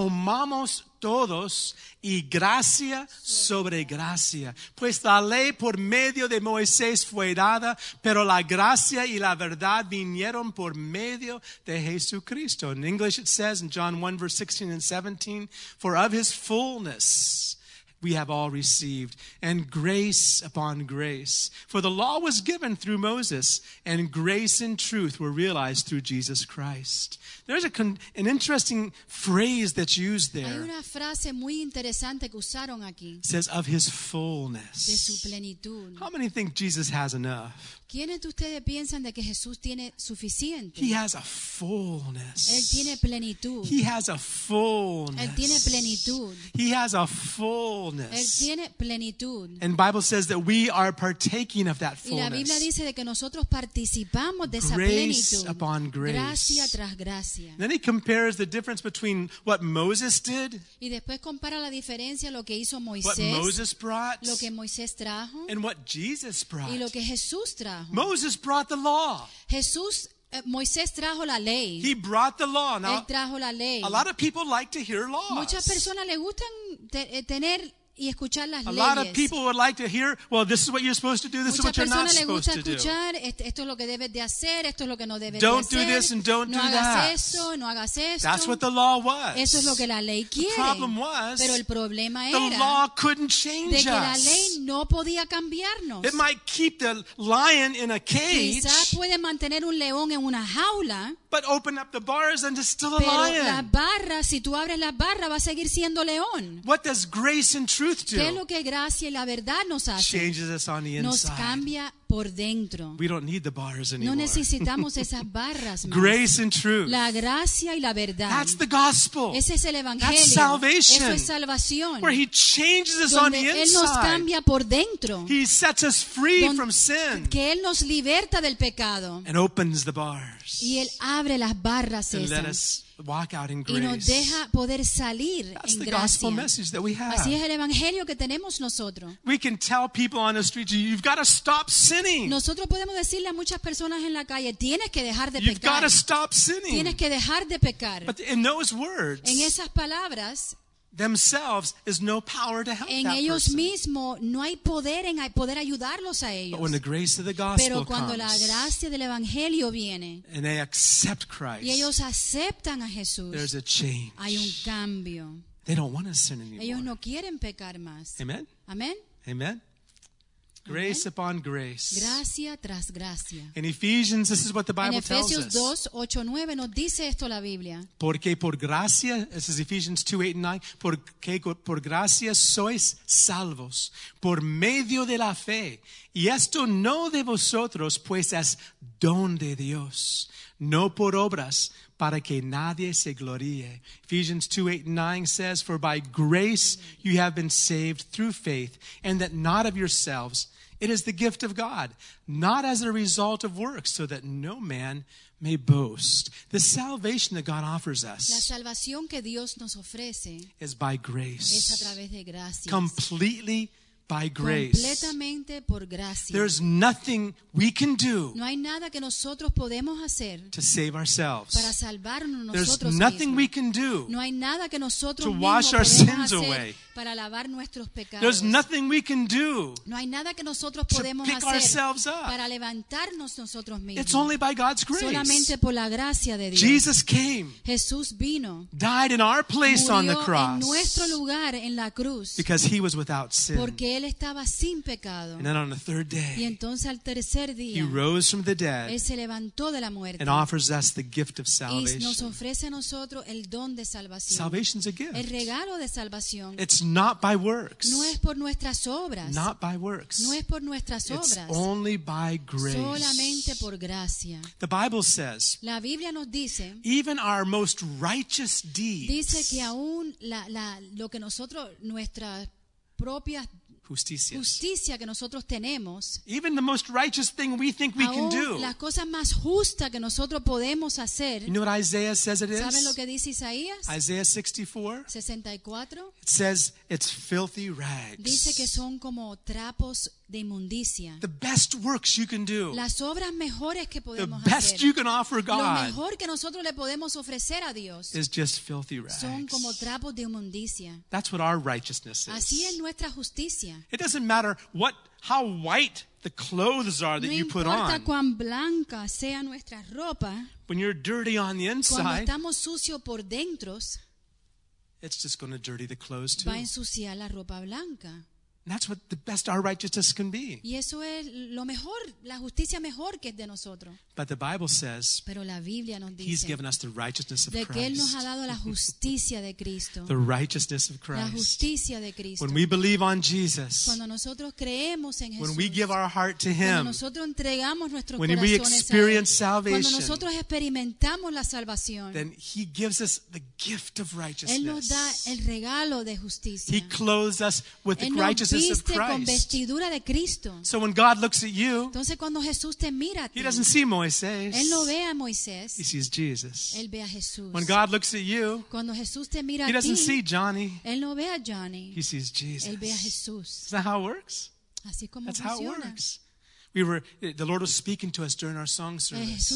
S4: tomamos todos y gracia sobre gracia. Pues la ley por medio de Moisés fue dada, pero la gracia y la verdad vinieron por medio de Jesucristo. In English it says in John 1 verse 16 and 17, for of his fullness we have all received, and grace upon grace. For the law was given through Moses, and grace and truth were realized through Jesus Christ. There's a con- an interesting phrase that's used
S2: hay
S4: there.
S2: una frase muy interesante que usaron aquí,
S4: It says, of his
S2: de su
S4: fullness.
S2: plenitud.
S4: How many think Jesus has enough?
S2: ¿Quiénes de ustedes piensan de que Jesús tiene suficiente?
S4: He has a
S2: Él tiene
S4: fullness.
S2: plenitud.
S4: He has a fullness.
S2: Él tiene plenitud.
S4: He has a
S2: Él
S4: fullness.
S2: tiene plenitud.
S4: And Bible says that we are partaking of that
S2: Y la Biblia
S4: fullness.
S2: dice de que nosotros participamos de esa
S4: Grace
S2: plenitud.
S4: upon grace.
S2: Gracia tras gracia.
S4: Then he compares the difference between what Moses did,
S2: Y después compara la diferencia lo que hizo
S4: what
S2: Moisés,
S4: Moses brought,
S2: lo que Moisés trajo
S4: and what Jesus brought.
S2: y lo que Jesús trajo.
S4: Moses brought the law.
S2: Jesús, eh, Moisés trajo la ley.
S4: He brought the law. Now,
S2: Él trajo la ley.
S4: a lot of people like to hear
S2: Muchas
S4: laws.
S2: personas le gustan te- eh, tener y escuchar las
S4: A lot of
S2: leyes.
S4: people would like to hear, well, this is what you're supposed to do, this is
S2: Muchas
S4: what you're not
S2: personas le
S4: supposed
S2: gusta
S4: to do.
S2: escuchar, este- esto es lo que debes de hacer, esto es lo que no debes
S4: Don't
S2: de
S4: do
S2: hacer.
S4: this and don't
S2: no
S4: do
S2: hagas
S4: that.
S2: esto, no hagas esto.
S4: That's what the law was.
S2: Eso es lo que la ley quiere.
S4: problem was
S2: Pero el problema
S4: The
S2: era
S4: law couldn't
S2: de
S4: change
S2: que la ley
S4: us.
S2: no podía cambiarnos.
S4: It might keep the lion in a cage,
S2: Quizás puede mantener un león en una jaula,
S4: but open up the bars and it's still a
S2: pero la
S4: lion.
S2: barra, si tú abres la barra, va a seguir siendo león.
S4: What does grace and truth do?
S2: ¿Qué es lo que gracia y la verdad nos hace?
S4: changes us on the
S2: Nos
S4: inside.
S2: cambia por dentro.
S4: We don't need the bars
S2: No
S4: anymore.
S2: necesitamos esas barras más.
S4: Grace and truth.
S2: La gracia y la verdad.
S4: That's the gospel.
S2: Ese es el evangelio.
S4: That's salvation.
S2: Eso es salvación.
S4: Where he changes us on the
S2: Donde él nos
S4: inside.
S2: cambia por dentro.
S4: He sets us free
S2: Don-
S4: from sin
S2: que Él nos liberta del pecado
S4: and opens the bars
S2: y Él abre las barras
S4: and let
S2: esas
S4: us walk out in
S2: y nos
S4: grace.
S2: deja poder salir
S4: That's
S2: en
S4: the
S2: gracia.
S4: gospel message that we
S2: Así es
S4: have.
S2: el evangelio que tenemos nosotros.
S4: We can tell people on the street, you've got to stop sinning.
S2: Nosotros podemos decirle a muchas personas en la calle, tienes que dejar de
S4: You've got
S2: pecar,
S4: to stop
S2: tienes
S4: sinning.
S2: que dejar de pecar.
S4: But in those
S2: En
S4: words
S2: esas palabras,
S4: themselves is no power to help
S2: en
S4: that
S2: ellos
S4: person.
S2: mismos no hay poder en a- poder ayudarlos a ellos.
S4: But when the grace of the
S2: Pero
S4: gospel
S2: cuando la
S4: comes
S2: gracia del evangelio viene
S4: and they accept
S2: y
S4: Christ,
S2: ellos aceptan a
S4: there's
S2: Jesús,
S4: a change.
S2: hay un cambio.
S4: They don't want to sin
S2: Ellos
S4: anymore.
S2: no quieren pecar más.
S4: Amen?
S2: Amén.
S4: Amen? Grace upon grace.
S2: Gracia tras gracia.
S4: In Ephesians, this is what the
S2: En
S4: Bible tells
S2: Efesios
S4: us.
S2: 2, 8, 9 nos dice esto la Biblia.
S4: Porque por gracia, this is Ephesians 2, 8 and 9, porque por gracia sois salvos por medio de la fe. Y esto no de vosotros, pues es don de Dios. no por obras, para que nadie se gloríe. Ephesians 2 8 and 9 says, For by grace you have been saved through faith, and that not of yourselves. It is the gift of God, not as a result of works, so that no man may boast. The salvation that God offers
S2: La
S4: us
S2: salvación que Dios nos ofrece
S4: is by
S2: es a
S4: grace,
S2: través de gracia.
S4: completely by grace.
S2: Completamente por gracia.
S4: There's nothing we can do
S2: No hay nada que nosotros podemos hacer
S4: to save
S2: para
S4: ourselves.
S2: salvarnos
S4: There's
S2: nosotros
S4: nothing we
S2: mismos.
S4: can do.
S2: No hay nada que nosotros
S4: to
S2: mismos
S4: wash our
S2: podemos
S4: sins away.
S2: hacer para lavar nuestros pecados.
S4: There's nothing we can do.
S2: No hay nada que nosotros
S4: to
S2: podemos
S4: pick ourselves
S2: hacer
S4: up.
S2: para levantarnos nosotros mismos.
S4: It's only by God's grace.
S2: Solamente por la gracia de Dios.
S4: Jesus came,
S2: Jesús vino,
S4: died in our place on the
S2: murió en
S4: cross
S2: nuestro lugar en la cruz,
S4: because he was without sin.
S2: porque él estaba sin pecado.
S4: And then on the third
S2: Y
S4: day,
S2: entonces al tercer
S4: he
S2: día,
S4: rose from the dead
S2: él se levantó de la muerte
S4: and offers us the gift
S2: y
S4: of
S2: nos
S4: salvation.
S2: ofrece a nosotros el don de salvación,
S4: Salvation's a
S2: el
S4: gift.
S2: regalo de salvación.
S4: It's not by
S2: No es
S4: works.
S2: por nuestras obras,
S4: Not by works.
S2: no es por nuestras
S4: It's
S2: obras,
S4: only by
S2: solamente
S4: grace.
S2: por gracia.
S4: The Bible says,
S2: La Biblia nos dice,
S4: even our most righteous
S2: dice
S4: deeds,
S2: que aún la- la- lo que nosotros, nuestra propia
S4: justicias,
S2: justicia que nosotros tenemos,
S4: even the most righteous thing we think we can
S2: aún
S4: do,
S2: las cosas más justas que nosotros podemos hacer,
S4: You know what Isaiah says it
S2: ¿saben lo
S4: is?
S2: que dice Isaías?
S4: Isaiah 64
S2: 64
S4: it says it's filthy
S2: dice que
S4: rags.
S2: son como trapos de inmundicia.
S4: The best works you can do,
S2: Las obras mejores que
S4: the
S2: podemos
S4: best you
S2: hacer,
S4: can offer
S2: lo
S4: God
S2: mejor que nosotros le podemos ofrecer a Dios
S4: is just filthy
S2: son como
S4: rags.
S2: trapos de inmundicia.
S4: That's what our righteousness
S2: Así es
S4: is.
S2: nuestra justicia.
S4: It doesn't matter what how white the clothes are that
S2: No
S4: you put
S2: importa
S4: on.
S2: cuán blanca sea nuestra ropa,
S4: When you're dirty on the
S2: cuando
S4: inside,
S2: estamos sucios por dentro,
S4: it's just going to dirty the clothes too.
S2: va a
S4: And
S2: ensuciar la ropa blanca.
S4: that's what the best our righteousness can be.
S2: Y eso es lo mejor, la justicia mejor que es de nosotros.
S4: But the Bible says
S2: Pero la Biblia nos
S4: he's
S2: dice
S4: given us the righteousness of
S2: de que Él nos ha
S4: Christ.
S2: dado la justicia de Cristo.
S4: The righteousness of
S2: La
S4: Christ.
S2: justicia de Cristo.
S4: When we believe on Jesus,
S2: Cuando nosotros creemos en Jesús,
S4: when we give our heart to
S2: cuando
S4: Him,
S2: nosotros entregamos nuestros
S4: when we
S2: corazones a Él,
S4: experience
S2: cuando
S4: salvation,
S2: nosotros experimentamos la salvación,
S4: then He gives us the gift of
S2: Él nos da
S4: righteousness.
S2: el regalo de
S4: He
S2: justicia.
S4: clothes us with the
S2: Él nos
S4: righteousness of
S2: viste con
S4: Christ.
S2: vestidura de Cristo.
S4: So when God looks at you,
S2: Entonces cuando Jesús te mira, a ti,
S4: He doesn't see
S2: Él no
S4: Moises,
S2: ve a
S4: He
S2: Moisés,
S4: sees Jesus.
S2: Él ve a Jesús.
S4: When God looks at you,
S2: Cuando Jesús te mira
S4: He
S2: a
S4: doesn't see
S2: ti,
S4: Johnny,
S2: Él no ve a
S4: He
S2: Johnny,
S4: sees Jesus.
S2: Él ve a
S4: Is
S2: Jesús.
S4: that how it works?
S2: Así es como
S4: That's how it
S2: funciona.
S4: works. We were, the Lord was speaking to us during our song
S2: Eh, Jesús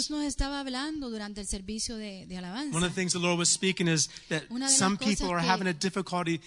S4: service.
S2: nos estaba hablando durante el servicio de, de
S4: One of
S2: alabanza.
S4: the things the Lord was speaking is that
S2: Una de las
S4: some
S2: cosas
S4: people are
S2: que-
S4: having a difficulty f-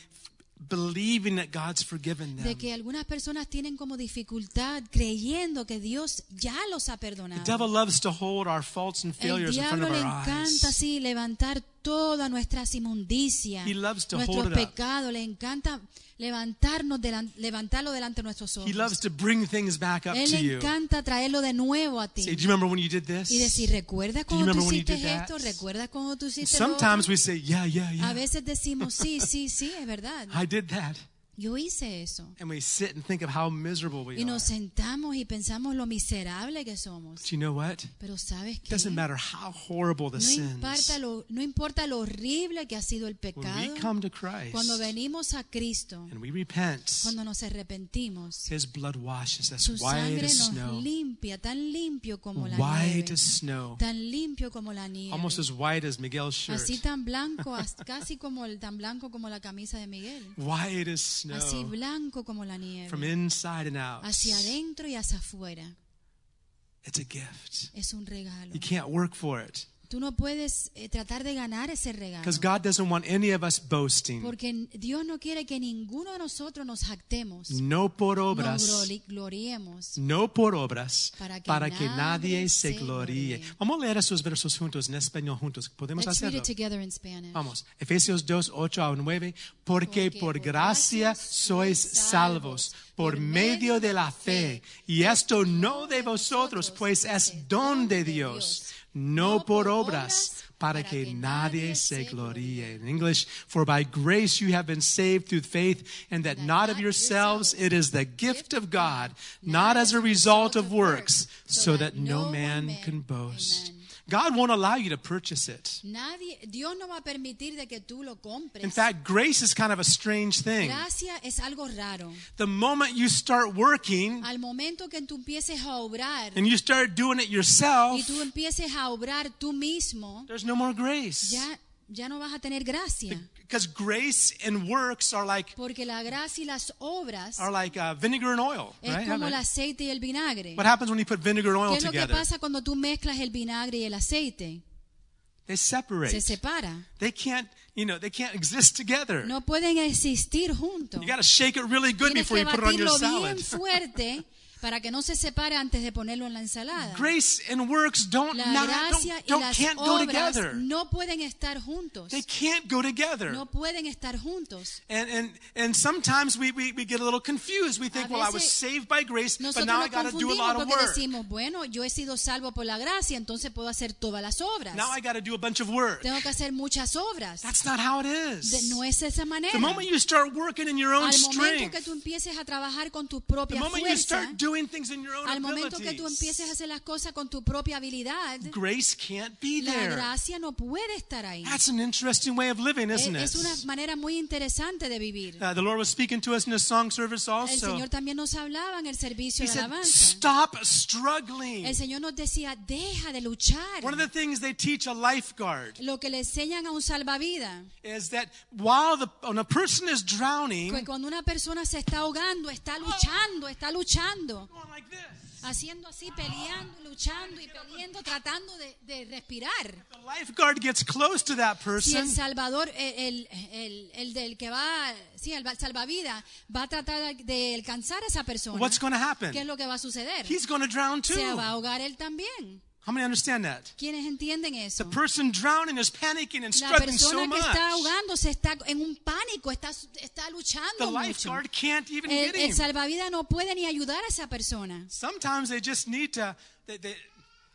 S4: believing that God's forgiven
S2: De
S4: them.
S2: que algunas personas tienen como dificultad creyendo que Dios ya los ha
S4: The
S2: perdonado.
S4: devil loves to hold our faults and
S2: El
S4: failures in front
S2: diablo
S4: of
S2: le
S4: our
S2: encanta
S4: eyes.
S2: así levantar todas nuestras inmundicias,
S4: He loves to
S2: nuestros
S4: hold it up.
S2: pecados, le encanta levantarnos delan- levantarlo delante de nuestros
S4: He
S2: ojos.
S4: loves to bring things back up
S2: Él
S4: to
S2: le
S4: you.
S2: encanta traerlo de nuevo a
S4: Say, do
S2: ti
S4: you remember when you did
S2: y
S4: this?
S2: decir, ¿recuerdas cuando tú
S4: remember when you
S2: hiciste
S4: did that?
S2: esto? ¿Recuerdas cuando tú
S4: And
S2: hiciste lo
S4: sometimes
S2: otro?"
S4: we say, yeah, yeah,
S2: A
S4: yeah,
S2: veces decimos, sí, sí, sí, es verdad,
S4: I did that.
S2: yo hice eso.
S4: And we sit and think of how miserable we
S2: Y
S4: are.
S2: nos sentamos y pensamos lo miserable que somos.
S4: But you know what?
S2: Pero ¿sabes
S4: It
S2: qué?
S4: doesn't matter how horrible the
S2: No importa
S4: sins.
S2: lo, no importa lo horrible que ha sido el
S4: When we
S2: pecado.
S4: come to Christ
S2: Cuando venimos a Cristo,
S4: and we repent,
S2: cuando nos arrepentimos,
S4: His blood washes us
S2: su
S4: white
S2: sangre
S4: as
S2: nos
S4: snow.
S2: limpia, tan limpio como la
S4: white
S2: nieve,
S4: as snow,
S2: tan limpio como la nieve,
S4: almost as white as Miguel's shirt.
S2: así tan blanco, as- casi como el tan blanco como la camisa de Miguel,
S4: White as
S2: así
S4: snow,
S2: blanco como la
S4: from
S2: nieve,
S4: inside and out.
S2: hacia adentro y hacia afuera.
S4: It's a gift.
S2: Es un regalo.
S4: You can't work for it
S2: Tú no puedes eh, tratar de ganar ese regalo.
S4: because God doesn't want any of us boasting.
S2: Porque n- Dios no quiere que ninguno de nosotros nos jactemos,
S4: No por
S2: nos
S4: obras,
S2: glori- gloriemos.
S4: no por obras,
S2: Para que
S4: para que
S2: nadie
S4: nadie
S2: se
S4: se gloríe.
S2: gloríe.
S4: Vamos a leer esos versos juntos en español juntos. Podemos
S2: Let's read
S4: hacerlo.
S2: it together in Spanish.
S4: Vamos, Efesios 2, 8 a 9. Porque por gracia sois salvos por medio de la fe. Y esto no de vosotros, pues es don de Dios, no por obras, para que nadie se gloríe. In English, for by grace you have been saved through faith, and that not of yourselves, it is the gift of God, not as a result of works, so that no man can boast. God won't allow you to purchase it.
S2: Nadie, Dios no va a permitir de que tú lo
S4: In
S2: compres.
S4: fact, grace is kind of a strange thing.
S2: Gracia es algo raro.
S4: The moment you start working
S2: Al momento que tú empieces a obrar
S4: and you start doing it
S2: y
S4: yourself,
S2: tú empieces a obrar tú mismo,
S4: there's no more grace.
S2: ya, ya no vas a tener gracia.
S4: Because grace and works are like
S2: Porque la gracia y las obras
S4: are like uh, vinegar and oil, right?
S2: es como
S4: Haven't-
S2: el aceite y el vinagre.
S4: What happens when you put vinegar and
S2: ¿Qué
S4: oil
S2: es lo que
S4: together?
S2: pasa cuando tú mezclas el vinagre y el aceite?
S4: They separate.
S2: Se separa.
S4: They can't, you know, they can't exist together.
S2: No pueden existir juntos.
S4: You got to shake it really good
S2: Tienes
S4: before
S2: que
S4: you put it on your
S2: batirlo
S4: salad.
S2: bien fuerte para que no se separe antes de ponerlo en la ensalada.
S4: Grace and works don't,
S2: La
S4: not,
S2: gracia
S4: don't,
S2: y
S4: don't-
S2: las
S4: can't go
S2: obras
S4: together.
S2: no pueden estar juntos.
S4: They can't go together.
S2: No pueden estar juntos.
S4: And, and, and sometimes we, we, we get a little confused. We think,
S2: A
S4: well, I was
S2: veces
S4: saved by grace, but
S2: Nosotros
S4: now I
S2: nos
S4: got to do a
S2: confundimos
S4: lot of
S2: porque
S4: work.
S2: decimos, bueno, yo he sido salvo por la gracia, entonces puedo hacer todas las obras.
S4: Now I got to do a bunch of work.
S2: Tengo que hacer muchas obras.
S4: That's not how it
S2: De-
S4: is.
S2: no es esa manera.
S4: The moment you start working in your own
S2: Al momento que
S4: strength,
S2: tú empieces a trabajar con tu
S4: the
S2: propia
S4: moment you
S2: fuerza,
S4: start doing things in your own
S2: al momento que tú empieces a
S4: abilities,
S2: hacer las cosas con tu propia habilidad,
S4: grace can't be
S2: la
S4: there.
S2: gracia no puede estar ahí.
S4: That's an interesting way of living,
S2: Es,
S4: isn't
S2: es una
S4: it?
S2: manera muy interesante de vivir.
S4: Uh, the Lord was speaking to us in a song service
S2: El
S4: also.
S2: Señor también nos hablaba en el servicio
S4: He
S2: de
S4: said,
S2: alabanza.
S4: stop struggling.
S2: El Señor nos decía, deja de luchar.
S4: One of the things they teach a lifeguard
S2: Lo que le enseñan a un salvavidas,
S4: is that while the, when a person is drowning,
S2: que cuando una persona se está ahogando, está luchando, está luchando,
S4: going like this.
S2: haciendo así, peleando, luchando y peleando, tratando de- de respirar.
S4: The lifeguard gets close to that
S2: Si
S4: person,
S2: el salvador, el, el- el- el del que va, sí, el va- salvavidas, va a tratar de alcanzar a esa persona,
S4: what's going to
S2: ¿qué es
S4: happen?
S2: lo que va a suceder?
S4: He's going to drown too.
S2: Se va a
S4: How
S2: ahogar él también.
S4: many understand that?
S2: ¿Quiénes entienden
S4: The
S2: eso?
S4: person drowning is panicking and
S2: La
S4: struggling so
S2: persona que
S4: much.
S2: está ahogando se está en un pánico, está, está
S4: The
S2: luchando mucho. E
S4: lifeguard can't even
S2: El,
S4: get
S2: el
S4: him.
S2: salvavidas no puede ni ayudar a esa persona.
S4: Sometimes they just need to they, they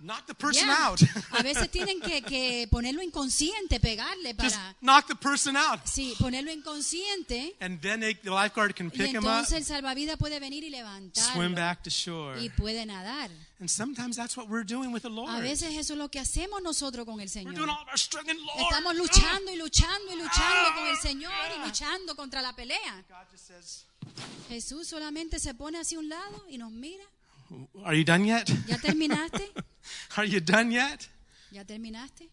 S4: knock the person
S2: Ya.
S4: out.
S2: A veces tienen que, que ponerlo inconsciente, pegarle
S4: just
S2: para...
S4: knock the person out.
S2: Sí, ponerlo inconsciente
S4: And then they, the lifeguard can
S2: y
S4: pick him up,
S2: entonces el salvavidas puede venir y levantarlo.
S4: swim back to shore.
S2: y puede nadar.
S4: And sometimes that's what we're doing with the Lord.
S2: A veces eso es lo que hacemos nosotros con el
S4: We're
S2: Señor.
S4: doing all Ah, of our struggling, Lord.
S2: Estamos luchando y luchando y luchando con el Señor y luchando contra la pelea.
S4: Ah. God just says,
S2: Jesús solamente se pone hacia un lado y nos mira.
S4: Are you done yet?
S2: ¿Ya terminaste?
S4: Are you done yet?
S2: ¿Ya terminaste?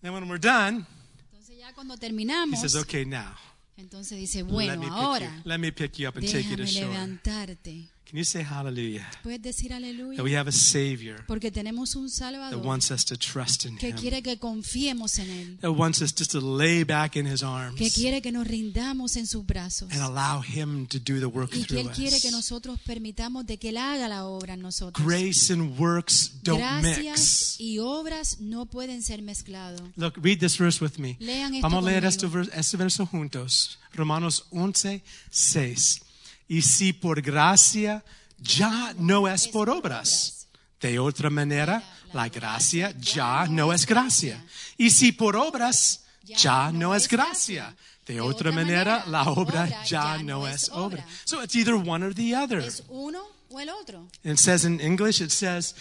S4: Then when we're done,
S2: Entonces ya cuando
S4: he
S2: terminamos,
S4: says, Okay, now
S2: entonces dice,
S4: let
S2: bueno,
S4: me pick you.
S2: ahora
S4: Let me pick you up and take you to
S2: déjame
S4: shore.
S2: levantarte.
S4: Can you say hallelujah?
S2: Puedes decir
S4: That
S2: aleluya
S4: we have a Savior
S2: porque tenemos un
S4: that
S2: Salvador
S4: wants us to trust in
S2: que
S4: Him.
S2: quiere que confiemos en Él,
S4: that wants us just to lay back in his
S2: que
S4: arms
S2: quiere que nos rindamos en sus brazos.
S4: and allow him to do the work
S2: y que
S4: through
S2: Él quiere que
S4: us.
S2: nosotros permitamos de que Él haga la obra en nosotros.
S4: Grace and works don't
S2: Gracias
S4: mix.
S2: y obras no pueden ser mezclados.
S4: Look, read this verse with me.
S2: Lean esto
S4: Vamos a leer
S2: conmigo.
S4: este vers- este verso juntos. Romanos 11, 6. Y si por gracia ya no es por obras, de otra manera la gracia ya no es gracia. Y si por obras ya no es gracia, de otra manera la obra ya no es obra. So it's either one or the other.
S2: ¿Es uno o el otro?
S4: It says in English, it says,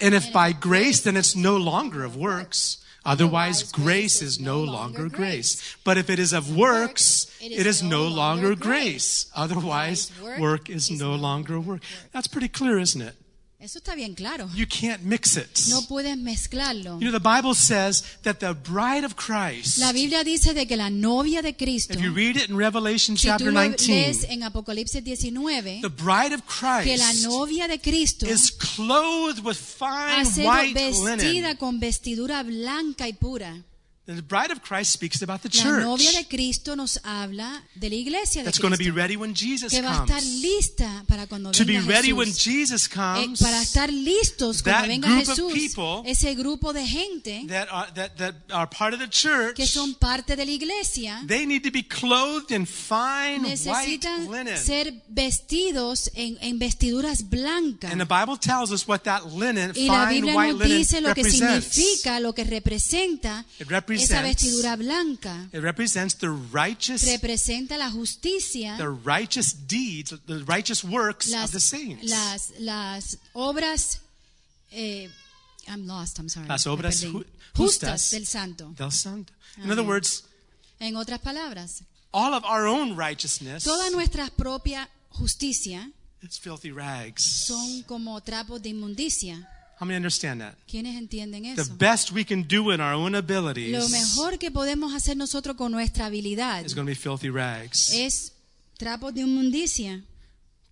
S4: and if by grace, then it's no longer of works. Otherwise, grace is no longer grace. But if it is of works, it is no longer grace. Otherwise, work is no longer work. That's pretty clear, isn't it?
S2: Eso está bien claro.
S4: You can't mix it.
S2: No puedes mezclarlo.
S4: You know, the Bible says that the bride of
S2: La
S4: Christ,
S2: Biblia dice de que la novia de Cristo,
S4: if you read it in Revelation
S2: si tú
S4: chapter
S2: lo
S4: 19,
S2: lees en Apocalipsis 19,
S4: the bride of
S2: que la
S4: Christ
S2: novia de Cristo
S4: is clothed with
S2: ha
S4: fine
S2: sido
S4: white linen.
S2: vestida con vestidura blanca y pura.
S4: The bride of Christ speaks about the
S2: La novia de
S4: church
S2: Cristo nos habla de la iglesia de
S4: that's going to be
S2: Cristo,
S4: ready when Jesus
S2: que va a estar
S4: comes.
S2: lista para cuando
S4: To be
S2: venga
S4: ready when
S2: Jesús.
S4: Jesus
S2: Eh,
S4: comes,
S2: para estar listos
S4: that
S2: cuando venga
S4: group of
S2: Jesús,
S4: people
S2: ese grupo de gente
S4: that are, that, that are part of the
S2: que
S4: church,
S2: son parte de la iglesia
S4: they need to be clothed in fine white
S2: necesitan
S4: linen.
S2: ser vestidos en, en vestiduras blancas.
S4: And the Bible tells us what that linen,
S2: Y la
S4: fine
S2: Biblia
S4: white
S2: nos
S4: linen,
S2: dice lo que
S4: represents.
S2: significa, lo que representa
S4: It represents-
S2: esa vestidura blanca.
S4: It represents the righteous,
S2: Representa la justicia,
S4: the righteous deeds, the righteous works of
S2: las,
S4: the saints.
S2: las, las obras eh, I'm lost, I'm sorry.
S4: Las
S2: me
S4: obras
S2: perdí.
S4: ju-
S2: justas
S4: justas
S2: del santo.
S4: del santo. In other words,
S2: En otras palabras,
S4: all of our own righteousness
S2: toda nuestra propia justicia
S4: is filthy rags.
S2: son como trapos de inmundicia.
S4: How many understand that?
S2: ¿Quiénes entienden
S4: The
S2: eso?
S4: best we can do in our own
S2: Lo
S4: abilities
S2: mejor que podemos hacer nosotros con nuestra habilidad
S4: is going to be filthy rags.
S2: es trapos de inmundicia.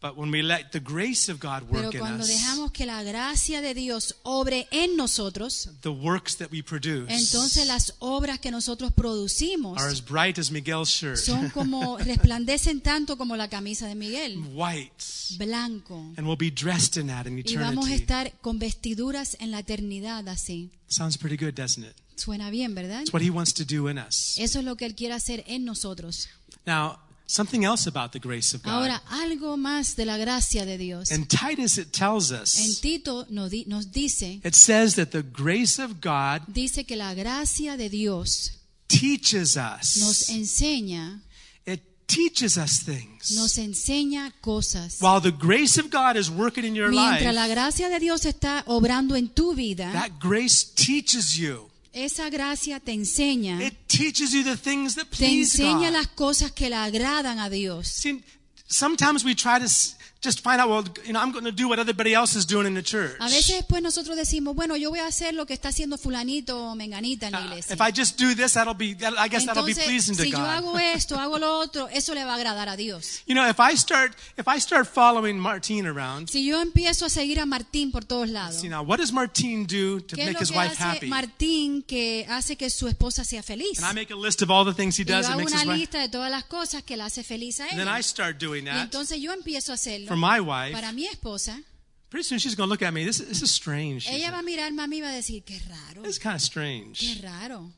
S4: But when we let the grace of God
S2: Pero
S4: work in
S2: cuando
S4: us,
S2: dejamos que la gracia de Dios obre en nosotros,
S4: the works that we
S2: entonces
S4: produce
S2: las obras que nosotros producimos
S4: are as bright as Miguel's shirt,
S2: son como resplandecen tanto como la camisa de Miguel,
S4: white,
S2: blanco.
S4: and we'll be dressed in that in
S2: Y vamos a
S4: eternity.
S2: estar con vestiduras en la eternidad así.
S4: Sounds pretty good, doesn't it?
S2: Suena bien, ¿verdad?
S4: It's what he wants to do in us.
S2: Eso es lo que Él quiere hacer en nosotros.
S4: Now, something else about the grace of God.
S2: Ahora, algo más de la gracia de Dios.
S4: In Titus, it tells
S2: En
S4: us,
S2: Tito nos, di- nos dice,
S4: it says that the grace of God
S2: dice que la gracia de Dios
S4: teaches
S2: nos
S4: us.
S2: enseña,
S4: It teaches us
S2: nos
S4: things.
S2: enseña cosas.
S4: While the grace of God is working in your
S2: Mientras la
S4: life,
S2: gracia de Dios está obrando en tu vida,
S4: that grace teaches you.
S2: esa gracia te enseña,
S4: It teaches you the things that
S2: te
S4: please
S2: enseña
S4: God.
S2: las cosas que le agradan a Dios.
S4: See, sometimes we try to s- just find out, well, you know, I'm going to do what everybody else is doing in the church.
S2: A veces después nosotros decimos, bueno, yo voy a hacer lo que está haciendo fulanito o menganita en la
S4: Uh,
S2: iglesia.
S4: if I just do this, that'll be, that, I guess that'll be pleasing
S2: Entonces,
S4: to
S2: si yo hago
S4: God.
S2: esto, hago lo otro, eso le va a agradar a Dios.
S4: You know, if I start, if I start following Martine around,
S2: Si yo empiezo a seguir a Martín por todos lados,
S4: see now, what does Martine do to
S2: ¿qué es
S4: make
S2: lo
S4: his
S2: que
S4: wife
S2: hace
S4: happy? And
S2: Martín que hace que su esposa sea feliz?
S4: I make a list of all the things he
S2: Y yo
S4: does that
S2: hago
S4: makes
S2: una
S4: his wife.
S2: lista de todas las cosas que la hace feliz a
S4: And then I
S2: ella.
S4: start doing
S2: Y
S4: that
S2: entonces yo empiezo a hacerlo.
S4: for my wife.
S2: Para mi esposa,
S4: Pretty soon she's going to look at me. This, this is strange. she
S2: ella
S4: said.
S2: va a mirarme a mí y va a decir, qué raro,
S4: This is kind of
S2: qué
S4: strange.
S2: raro.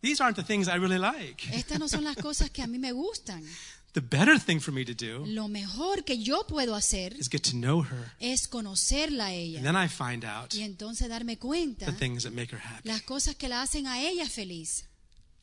S4: These aren't the things I really like.
S2: Estas no son las cosas que a mí me gustan.
S4: The better thing for me to do
S2: Lo mejor que yo puedo hacer
S4: is get to know her.
S2: es conocerla a
S4: And
S2: ella
S4: then I find out
S2: y entonces darme cuenta
S4: the things that make her happy.
S2: las cosas que la hacen a ella feliz.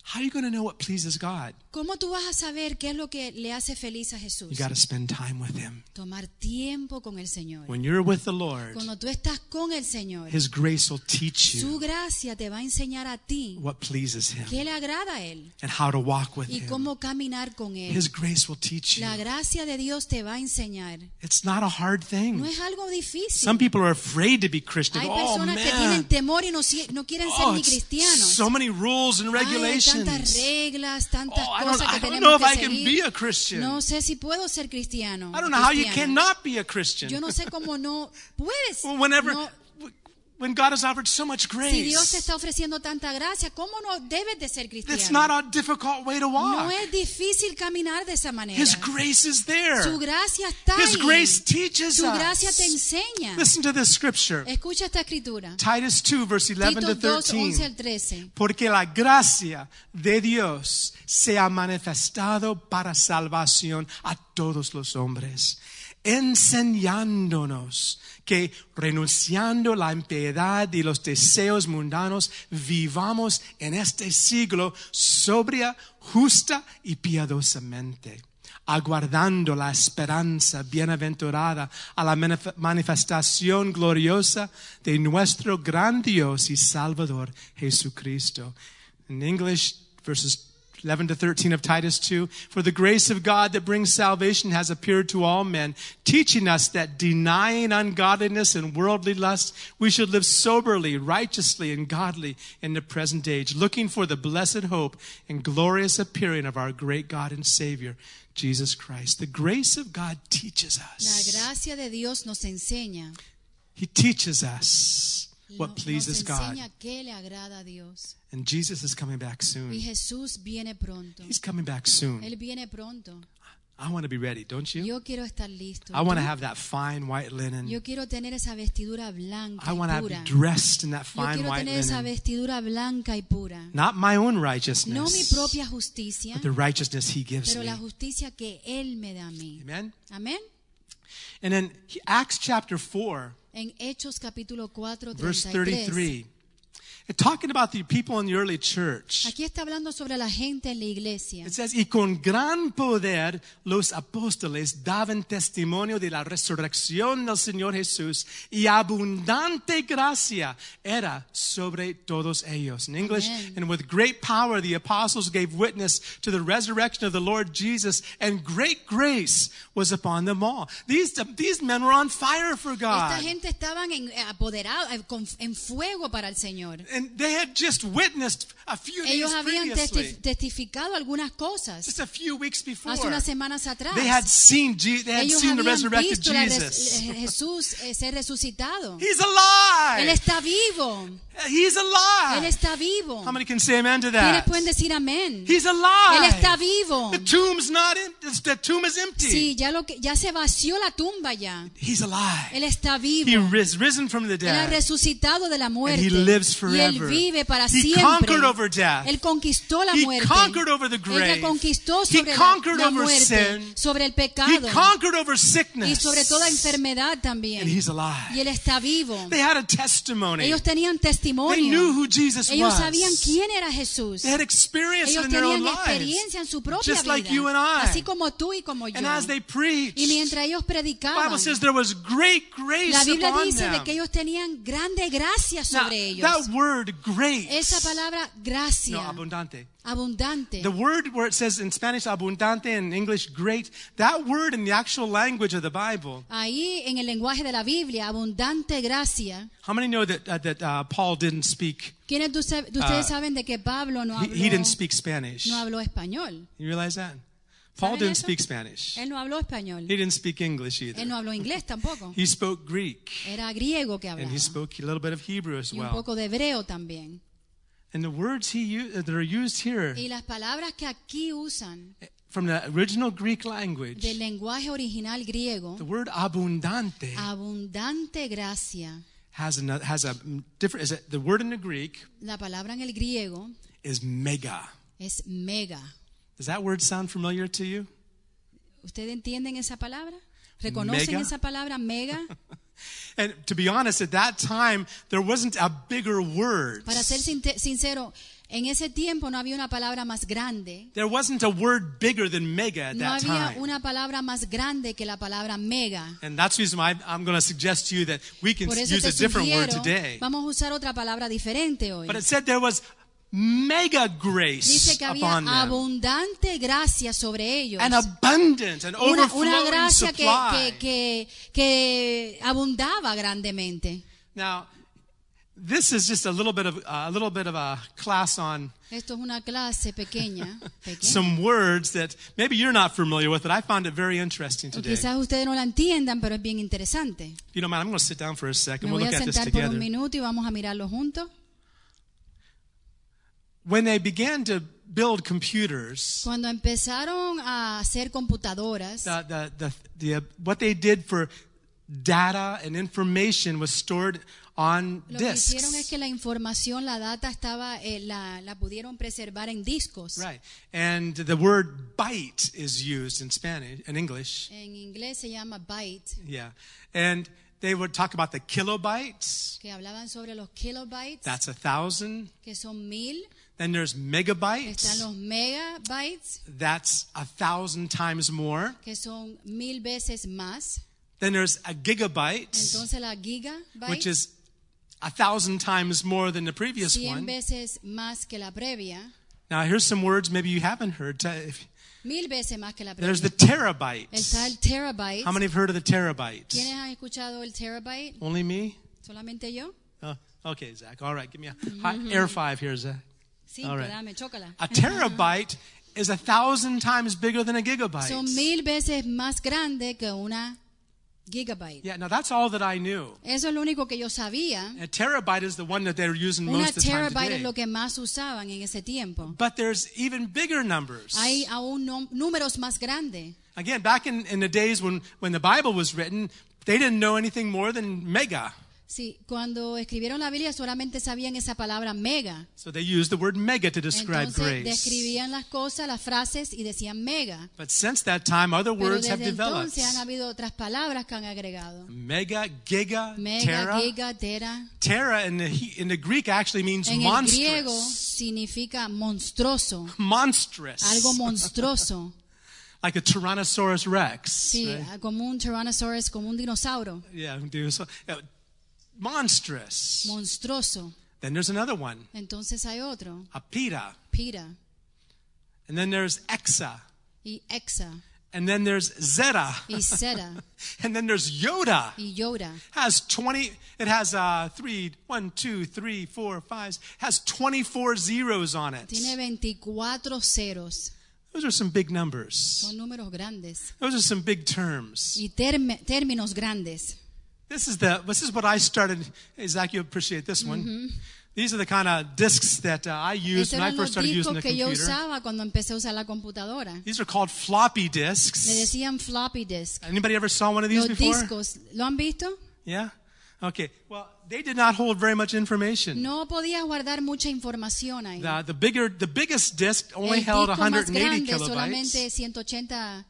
S4: How are you going to know what pleases God?
S2: ¿Cómo tú vas a saber qué es lo que le hace feliz a Jesús?
S4: You got to spend time with Him.
S2: Tomar tiempo con el Señor.
S4: When you're with the Lord,
S2: Cuando tú estás con el Señor,
S4: His grace will teach
S2: su
S4: you
S2: gracia te va a enseñar a ti
S4: what pleases Him
S2: qué le agrada a Él
S4: and how to walk with
S2: y
S4: Him.
S2: cómo caminar con Él.
S4: His grace will teach you.
S2: La gracia de Dios te va a enseñar.
S4: It's not a hard
S2: No
S4: thing.
S2: es algo difícil.
S4: Some people are afraid to be Christian.
S2: Hay
S4: Oh,
S2: personas que tienen
S4: man.
S2: temor y no, si- no quieren ser
S4: Oh,
S2: ni
S4: it's
S2: cristianos.
S4: so many rules and
S2: Ay, hay tantas
S4: regulations.
S2: reglas, tantas
S4: Oh, I don't,
S2: cosas
S4: I
S2: que
S4: don't
S2: tenemos
S4: know if
S2: que
S4: I can
S2: seguir.
S4: be a Christian.
S2: No sé si puedo ser cristiano.
S4: I don't know how you
S2: cristiana.
S4: cannot be a Christian.
S2: Yo no sé cómo no puedes.
S4: Well, Whenever,
S2: no-
S4: w- when God has offered so much
S2: si Dios te
S4: grace,
S2: está ofreciendo tanta gracia, ¿cómo no debes de ser
S4: it's
S2: cristiano?
S4: not a difficult way to
S2: No
S4: walk.
S2: es difícil caminar de esa manera.
S4: His grace is
S2: Su
S4: there.
S2: gracia está
S4: His
S2: ahí.
S4: grace teaches
S2: Su gracia te
S4: us.
S2: enseña.
S4: Listen to this scripture.
S2: Escucha esta escritura.
S4: Titus 2, verse 11
S2: Tito
S4: to
S2: 2, 11 al
S4: 13.
S2: 13.
S4: Porque la gracia de Dios se ha manifestado para salvación a todos los hombres, enseñándonos que renunciando la impiedad y los deseos mundanos, vivamos en este siglo sobria, justa y piadosamente aguardando la esperanza bienaventurada a la manif- manifestación gloriosa de nuestro gran Dios y Salvador Jesucristo. In English, verses 11 to 13 of Titus 2, for the grace of God that brings salvation has appeared to all men, teaching us that denying ungodliness and worldly lust, we should live soberly, righteously, and godly in the present age, looking for the blessed hope and glorious appearing of our great God and Savior, Jesus Christ. The grace of God teaches
S2: La
S4: us.
S2: gracia de Dios nos enseña.
S4: He teaches us what
S2: Nos-
S4: pleases
S2: nos
S4: God.
S2: enseña qué le agrada a Dios.
S4: And Jesus is coming back
S2: Y
S4: soon.
S2: Jesús viene pronto.
S4: Mm. He's coming back soon.
S2: Él viene pronto.
S4: I want to be ready, don't you?
S2: Yo quiero estar listo.
S4: I want to
S2: ¿Tú?
S4: have that fine white linen.
S2: Yo quiero tener esa vestidura blanca
S4: I want
S2: y
S4: to
S2: pura.
S4: be dressed in that
S2: Yo
S4: fine
S2: quiero
S4: white
S2: tener esa
S4: linen.
S2: vestidura blanca y pura.
S4: Not my own
S2: No mi
S4: righteousness,
S2: propia justicia,
S4: but the righteousness He gives
S2: pero
S4: me.
S2: la justicia que Él me da a mí.
S4: Amen?
S2: Amén.
S4: And then he- Acts chapter 4,
S2: En Hechos capítulo 4,
S4: verse
S2: 33,
S4: 33. Talking about the people in the early church,
S2: Aquí está hablando sobre la gente en la iglesia.
S4: it says, y con gran poder los apóstoles daban testimonio de la resurrección del Señor Jesús y abundante gracia era sobre todos ellos. In English,
S2: Amen.
S4: and with great power the apostles gave witness to the resurrection of the Lord Jesus and great grace was upon them all. These, these men were on fire for
S2: Esta
S4: God.
S2: gente estaban en, eh, apoderados, en fuego para el Señor.
S4: And they had just witnessed a few
S2: Ellos
S4: days
S2: habían
S4: previously,
S2: testi- testificado algunas cosas
S4: just a few weeks before.
S2: hace unas semanas atrás.
S4: They had seen Je- they had
S2: Ellos
S4: seen the
S2: habían
S4: resurrected
S2: visto la res-
S4: Jesus.
S2: eh, Jesús eh, ser resucitado.
S4: He's
S2: Él
S4: alive.
S2: está vivo.
S4: He's
S2: Él
S4: alive.
S2: está vivo.
S4: Ah. How many can say amen to
S2: ¿Quiénes
S4: that?
S2: pueden decir amén?
S4: He's
S2: Él está
S4: alive.
S2: vivo.
S4: The tomb's not empty. The tomb is
S2: Sí,
S4: empty.
S2: ya lo que ya se vació la tumba ya.
S4: He's
S2: Él
S4: alive.
S2: está
S4: He
S2: vivo.
S4: is risen from the
S2: Él ha
S4: dead.
S2: resucitado de la
S4: And
S2: muerte.
S4: he lives
S2: Y él
S4: forever.
S2: vive para
S4: He
S2: siempre.
S4: conquered over death.
S2: Él conquistó la
S4: He
S2: muerte.
S4: conquered over the grave.
S2: Él conquistó
S4: He
S2: sobre la,
S4: conquered
S2: la
S4: over
S2: muerte,
S4: sin.
S2: sobre el
S4: He
S2: pecado
S4: conquered over
S2: y
S4: sickness.
S2: sobre toda enfermedad también.
S4: And he's alive.
S2: Y él está vivo.
S4: They had a testimony.
S2: Ellos tenían
S4: They knew
S2: testimonio.
S4: who Jesus
S2: Ellos sabían
S4: was.
S2: quién era Jesús.
S4: They had experienced it
S2: Ellos
S4: in their own
S2: tenían
S4: lives.
S2: experiencia en su propia
S4: Just like you and
S2: vida,
S4: I.
S2: así como tú y como yo.
S4: And as they
S2: Y
S4: preached,
S2: mientras ellos
S4: the
S2: predicaban,
S4: Bible says there was great grace
S2: la Biblia
S4: upon
S2: dice de
S4: them.
S2: que ellos tenían grande gracia
S4: Now,
S2: sobre ellos.
S4: that word grace,
S2: Esa palabra
S4: no,
S2: gracia,
S4: abundante.
S2: abundante.
S4: The word where it says in Spanish abundante and English great, that word in the actual language of the Bible.
S2: Ahí en el lenguaje de la Biblia, abundante gracia.
S4: How many know that uh, that uh, Paul didn't speak?
S2: ¿Quiénes de usted- de ustedes
S4: Ah,
S2: saben de que Pablo no
S4: He,
S2: habló,
S4: he didn't speak Spanish.
S2: no habló español?
S4: You realize that? Paul
S2: ¿Saben
S4: didn't
S2: eso?
S4: speak Spanish.
S2: Él no habló español.
S4: He didn't speak English
S2: Él no
S4: either.
S2: habló inglés tampoco.
S4: He spoke Greek
S2: Era griego que
S4: and
S2: hablaba.
S4: he spoke a little bit of Hebrew as
S2: Y un
S4: well.
S2: poco de hebreo también.
S4: And the words he u- that are used here
S2: Y las palabras que aquí usan
S4: from the original Greek language,
S2: del lenguaje original griego,
S4: the word abundante
S2: abundante gracia.
S4: has another has a different. Is it, the word in the Greek
S2: La palabra en el griego
S4: is mega.
S2: es mega.
S4: Does that word sound familiar to you?
S2: ¿Ustedes entienden esa palabra? ¿Reconocen
S4: Mega.
S2: esa palabra mega?
S4: And to be honest, at that time there wasn't a bigger word.
S2: Para ser sin- sincero, en ese tiempo no había una palabra más grande.
S4: There wasn't a word bigger than mega at
S2: No
S4: that
S2: había
S4: time.
S2: una palabra más grande que la palabra mega.
S4: And that's the reason why I'm going to suggest to you that we can
S2: Por eso
S4: use
S2: te
S4: a different word
S2: sugiero,
S4: today.
S2: vamos a usar otra palabra diferente hoy.
S4: But it said there was mega
S2: Dice
S4: grace
S2: que había
S4: upon them,
S2: abundante gracia sobre ellos.
S4: an abundant, an
S2: Una,
S4: overflowing
S2: una gracia que,
S4: supply.
S2: que, que, que abundaba grandemente.
S4: Now, this is just a little bit of a little bit of a class on
S2: Esto es una clase pequeña. pequeña.
S4: some words that maybe you're not familiar with. It I found it very interesting
S2: O
S4: today.
S2: quizás ustedes no la entiendan, pero es bien interesante.
S4: You know, man, I'm going to sit down for a second.
S2: Me
S4: We'll
S2: voy
S4: look
S2: a
S4: at this
S2: sentar por un
S4: together.
S2: minuto y vamos a mirarlo juntos.
S4: When they began to build computers,
S2: Cuando empezaron a hacer computadoras,
S4: the, the, the, the, what they did for data and information was stored on
S2: lo que hicieron es
S4: disks.
S2: que la información, la data estaba, eh, la, la pudieron preservar en discos.
S4: Right. And the word byte is used in Spanish, in English.
S2: En inglés se llama byte,
S4: Yeah. And they would talk about the kilobytes.
S2: que hablaban sobre los kilobytes,
S4: That's a thousand.
S2: que son mil.
S4: Then there's
S2: Están
S4: megabytes.
S2: los megabytes,
S4: That's a thousand times more.
S2: que son mil veces más.
S4: Then there's a gigabyte,
S2: Entonces la
S4: which
S2: gigabyte,
S4: is a thousand times more than the previous
S2: 100
S4: one.
S2: veces más que la previa.
S4: Now here's some words maybe you haven't heard. Te- if-
S2: Mil veces más que la previa.
S4: There's the terabyte.
S2: Está el terabyte.
S4: How many have heard of the terabyte?
S2: ¿Quiénes han escuchado el terabyte?
S4: Only me?
S2: ¿Solamente yo?
S4: Oh, okay, Zach. All right, give me a high,
S2: Mm-hmm.
S4: air five here, Zach.
S2: Cinco,
S4: All right.
S2: dame, chócala.
S4: A terabyte is a thousand times bigger than a gigabyte.
S2: Son mil veces más grande que una gigabyte.
S4: Yeah, now that's all that I knew.
S2: Eso es lo único que yo sabía.
S4: A terabyte is the one that they're using
S2: Una
S4: most of the time
S2: terabyte
S4: today.
S2: es lo que más usaban en ese tiempo.
S4: But there's even bigger numbers.
S2: Hay aún nom- números más grandes.
S4: Again, back in, in the days when, when the Bible was written, they didn't know anything more than mega.
S2: Sí, cuando escribieron la Biblia solamente sabían esa palabra mega.
S4: So they used the word mega to describe
S2: Entonces
S4: grace.
S2: describían las cosas, las frases y decían mega.
S4: But since that time, other
S2: Pero
S4: words have
S2: desde
S4: developed.
S2: entonces han habido otras palabras que han agregado.
S4: Mega, giga,
S2: Mega,
S4: terra.
S2: giga, tera.
S4: Terra in the, He- in the Greek actually means
S2: En el griego
S4: monstrous.
S2: significa monstruoso,
S4: Monstrous.
S2: algo monstruoso.
S4: Like a Tyrannosaurus Rex.
S2: Sí, ah,
S4: right?
S2: como un Tyrannosaurus, como un dinosaurio.
S4: Yeah, do so- uh, monstrous.
S2: Monstruoso.
S4: Then there's another one,
S2: Entonces hay otro,
S4: apira.
S2: pira
S4: And then there's exa.
S2: y exa
S4: And then there's zeta.
S2: y zeta
S4: And then there's yoda.
S2: y yora.
S4: Has 20, it has uh, three, one, two, three, four, five, has 24 zeros on it.
S2: Tiene 24 ceros.
S4: Those are some big numbers.
S2: Son números grandes
S4: Those are some big terms.
S2: y terme- términos grandes.
S4: This is the, this is what I started. Hey, Zach, you appreciate this one. These are the kind of discs Mm-hmm. that uh, I used
S2: Esos
S4: when I
S2: eran
S4: first
S2: los
S4: started using
S2: discos
S4: the
S2: que yo
S4: computer.
S2: usaba cuando empecé a usar la computadora.
S4: These are called floppy
S2: Le
S4: disks.
S2: decían floppy disk.
S4: Anybody ever saw one of these
S2: Los
S4: before?
S2: discos, ¿lo han visto?
S4: Yeah. Okay. Well, they did not hold very much information.
S2: No podías guardar mucha información ahí.
S4: The, the bigger, the biggest disc only
S2: El
S4: held
S2: disco más
S4: 180
S2: grande
S4: kilobytes.
S2: solamente 180.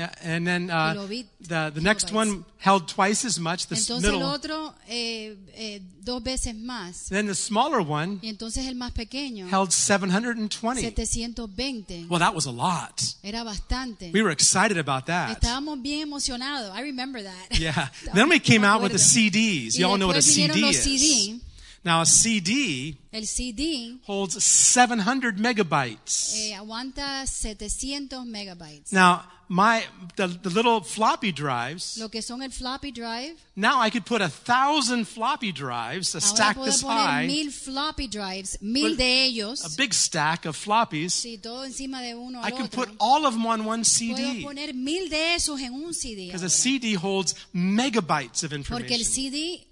S4: Yeah, and then uh,
S2: Kilobit-
S4: the the next
S2: kilobytes.
S4: one held twice as much. The s-
S2: Entonces el
S4: middle.
S2: otro eh, eh, dos veces más.
S4: Then the smaller one
S2: Y entonces el más pequeño,
S4: held 720.
S2: 720.
S4: Well, that was a lot.
S2: Era bastante.
S4: We were excited about that.
S2: Estábamos bien emocionados. I remember that.
S4: Yeah.
S2: Estábamos
S4: Then we came
S2: de
S4: out with the
S2: acuerdo.
S4: CDs.
S2: Y
S4: Y'all know what a
S2: después vinieron
S4: CD
S2: los
S4: is.
S2: CD.
S4: Now a CD
S2: El CD
S4: holds 700 megabytes.
S2: eh, aguanta 700 megabytes.
S4: Now, my the, the little floppy drives.
S2: Lo que son el floppy drive.
S4: Now I could put a thousand floppy drives, a
S2: Ahora
S4: stack
S2: puedo
S4: this
S2: poner
S4: high,
S2: mil floppy drives, mil
S4: Put-
S2: de
S4: a
S2: ellos.
S4: big stack of floppies.
S2: Sí, todo encima de uno
S4: I
S2: al
S4: could
S2: otro.
S4: put all of them on one
S2: Puedo
S4: CD
S2: poner mil de esos en un CD.
S4: because a
S2: ahora.
S4: CD holds megabytes of
S2: Porque el
S4: information.
S2: CD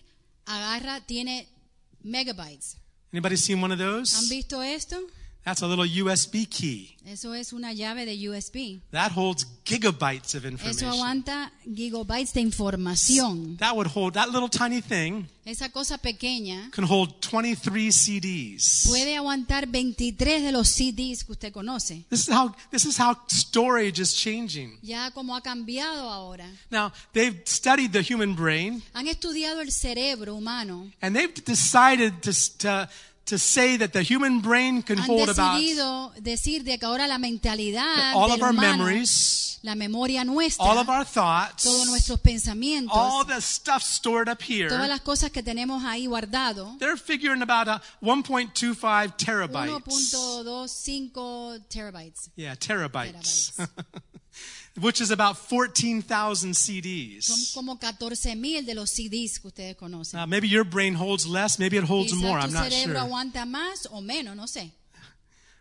S2: agarra, tiene megabytes.
S4: Anybody seen one of
S2: ¿Han
S4: those?
S2: visto esto?
S4: That's a little USB key
S2: Eso es una llave de USB.
S4: that holds gigabytes of
S2: Eso
S4: information.
S2: aguanta gigabytes de información.
S4: That would hold that little tiny thing
S2: Esa cosa pequeña
S4: can hold 23 CDs.
S2: puede aguantar 23 de los CDs que usted conoce.
S4: This is how this is how storage is changing.
S2: Ya como ha cambiado ahora.
S4: Now they've studied the human brain.
S2: Han estudiado el cerebro humano.
S4: And they've decided to, to, to say that the human brain can
S2: Han
S4: hold about
S2: decidido decir de que ahora la mentalidad
S4: all
S2: del
S4: of our
S2: humano,
S4: memories,
S2: la memoria nuestra,
S4: all of our
S2: todos
S4: thoughts,
S2: nuestros pensamientos,
S4: all the stuff stored up
S2: todas
S4: here.
S2: las cosas que tenemos ahí guardado,
S4: They're figuring about a 1.25 terabytes.
S2: 1.25 terabytes,
S4: Yeah, terabytes. Which is about 14,000
S2: son
S4: CDs.
S2: como 14.000 de los CDs que ustedes conocen.
S4: Now, Uh, maybe your brain holds less, maybe it holds
S2: Quizás
S4: more,
S2: tu
S4: I'm not
S2: cerebro
S4: sure.
S2: aguanta más o menos, no sé.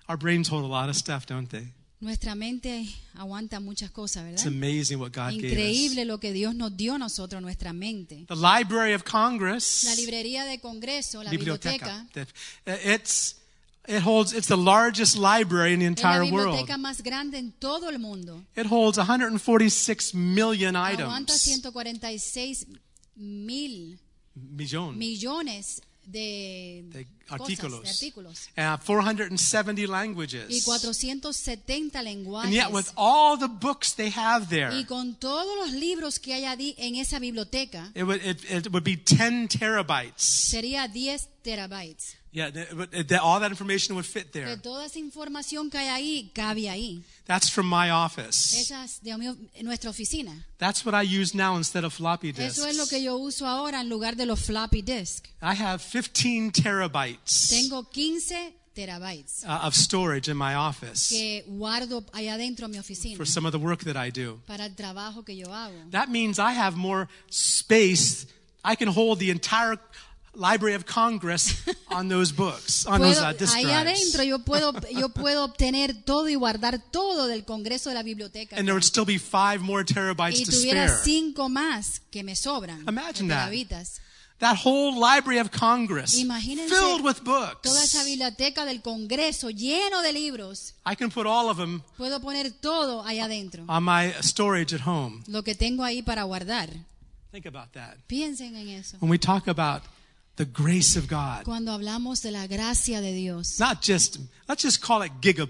S4: Our brains hold a lot of stuff, don't they?
S2: Nuestra mente aguanta muchas cosas,
S4: It's
S2: ¿verdad?
S4: amazing what God gave us.
S2: Increíble lo que Dios nos dio a nosotros, nuestra mente.
S4: The Library of
S2: La
S4: Congress.
S2: librería de Congreso, la
S4: biblioteca. Uh,
S2: biblioteca,
S4: It's it holds it's the largest library in the
S2: es la
S4: entire world.
S2: biblioteca más grande en todo el mundo.
S4: It holds 146 million
S2: Aguanta
S4: items.
S2: 146 mil
S4: Millón.
S2: millones de,
S4: De
S2: cosas, de
S4: artículos.
S2: artículos.
S4: Uh, 470
S2: y
S4: languages.
S2: 470
S4: And yet with
S2: lenguajes.
S4: all the books they have there,
S2: Y con todos los libros que hay allí en esa biblioteca,
S4: it would it, it would be 10 terabytes.
S2: sería 10 terabytes.
S4: Yeah, that- it would- it- that- all that information would fit
S2: De
S4: there.
S2: toda esa información que hay ahí, cabe ahí.
S4: That's from my office.
S2: Esas de mi- nuestra oficina.
S4: That's what I use now instead of floppy disks.
S2: Eso es lo que yo uso ahora en lugar de los floppy disk.
S4: I have 15 terabytes.
S2: Tengo 15 terabytes
S4: uh, of storage in my office
S2: que guardo allá adentro en mi oficina
S4: for some of the work that I do.
S2: para el trabajo que yo hago.
S4: That means I have more space. I can hold the entire Library of Congress on those books, on those
S2: Puedo-
S4: uh, disk
S2: ahí
S4: drives.
S2: adentro yo puedo, yo puedo obtener todo y guardar todo del Congreso de la Biblioteca.
S4: And there would still be five more terabytes
S2: y
S4: to
S2: tuviera
S4: spare.
S2: cinco más que me sobran.
S4: Imagine
S2: de
S4: that.
S2: terabytes.
S4: That whole Library of Congress
S2: Imagínense
S4: filled with
S2: Toda esa
S4: books.
S2: biblioteca del Congreso lleno de libros.
S4: I can put all of them
S2: Puedo poner todo ahí adentro.
S4: on my storage at home.
S2: Lo que tengo ahí para guardar.
S4: Think about that.
S2: Piensen en eso.
S4: When we talk about the grace of God,
S2: Cuando hablamos de la gracia de Dios,
S4: not just, let's just call it giga,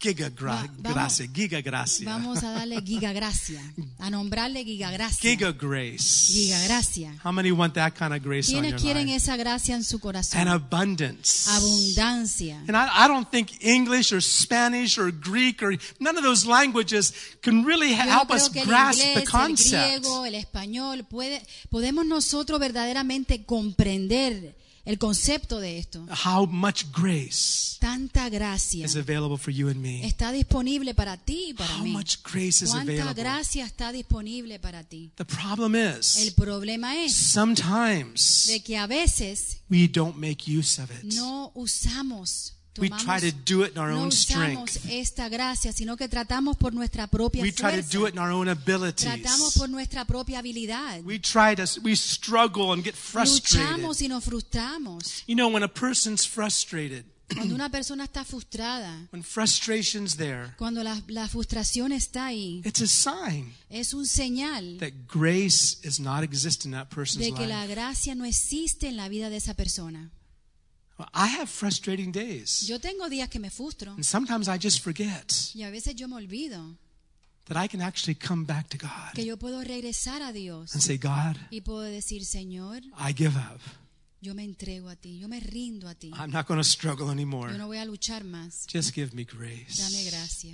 S4: giga gra,
S2: Va- vamos-
S4: gracia, giga gracia,
S2: vamos a darle gigagracia, a nombrarle gigagracia.
S4: giga grace.
S2: Gigagracia.
S4: How many want that kind of grace on your
S2: ¿Quiénes quieren
S4: life?
S2: esa gracia en su
S4: And
S2: corazón?
S4: abundance.
S2: Abundancia.
S4: And I, I don't think English or Spanish or Greek or none of those languages can really
S2: Yo
S4: ha-
S2: no
S4: help
S2: creo
S4: us
S2: que el
S4: grasp
S2: inglés,
S4: the
S2: El
S4: concept.
S2: griego, el español, puede, podemos nosotros verdaderamente comprender el concepto de esto.
S4: How much grace
S2: Tanta gracia
S4: Ah. is available for you and me.
S2: está disponible para ti y para
S4: How
S2: mí.
S4: much grace is
S2: Cuánta
S4: available.
S2: gracia está disponible para ti.
S4: The problem
S2: El
S4: is
S2: problema es
S4: sometimes
S2: de que a veces
S4: we don't make use of it.
S2: no usamos,
S4: We
S2: tomamos-
S4: try to do it in our
S2: no
S4: own
S2: usamos
S4: strength.
S2: esta gracia, sino que tratamos por nuestra propia
S4: We try to
S2: fuerza.
S4: do it in our own
S2: Tratamos
S4: abilities.
S2: por nuestra propia habilidad.
S4: We try to we struggle and get frustrated.
S2: Luchamos y nos frustramos.
S4: You know when a person's frustrated,
S2: Cuando una persona está frustrada,
S4: when frustration's there,
S2: cuando la, la frustración está ahí,
S4: it's a sign
S2: es un señal
S4: that grace is not exist in that person's
S2: de que la
S4: life.
S2: gracia no existe en la vida de esa persona.
S4: Well, I have frustrating days,
S2: Yo tengo días que me frustro
S4: and sometimes I just forget
S2: y a veces yo me olvido
S4: that I can actually come back to God
S2: que yo puedo regresar a Dios
S4: and say, "God,
S2: y puedo decir, Señor,
S4: I give up.
S2: yo me entrego a ti, yo me rindo a ti,
S4: I'm not going to struggle
S2: yo
S4: anymore.
S2: no voy a luchar más,
S4: Just give me
S2: dame
S4: grace."
S2: gracia.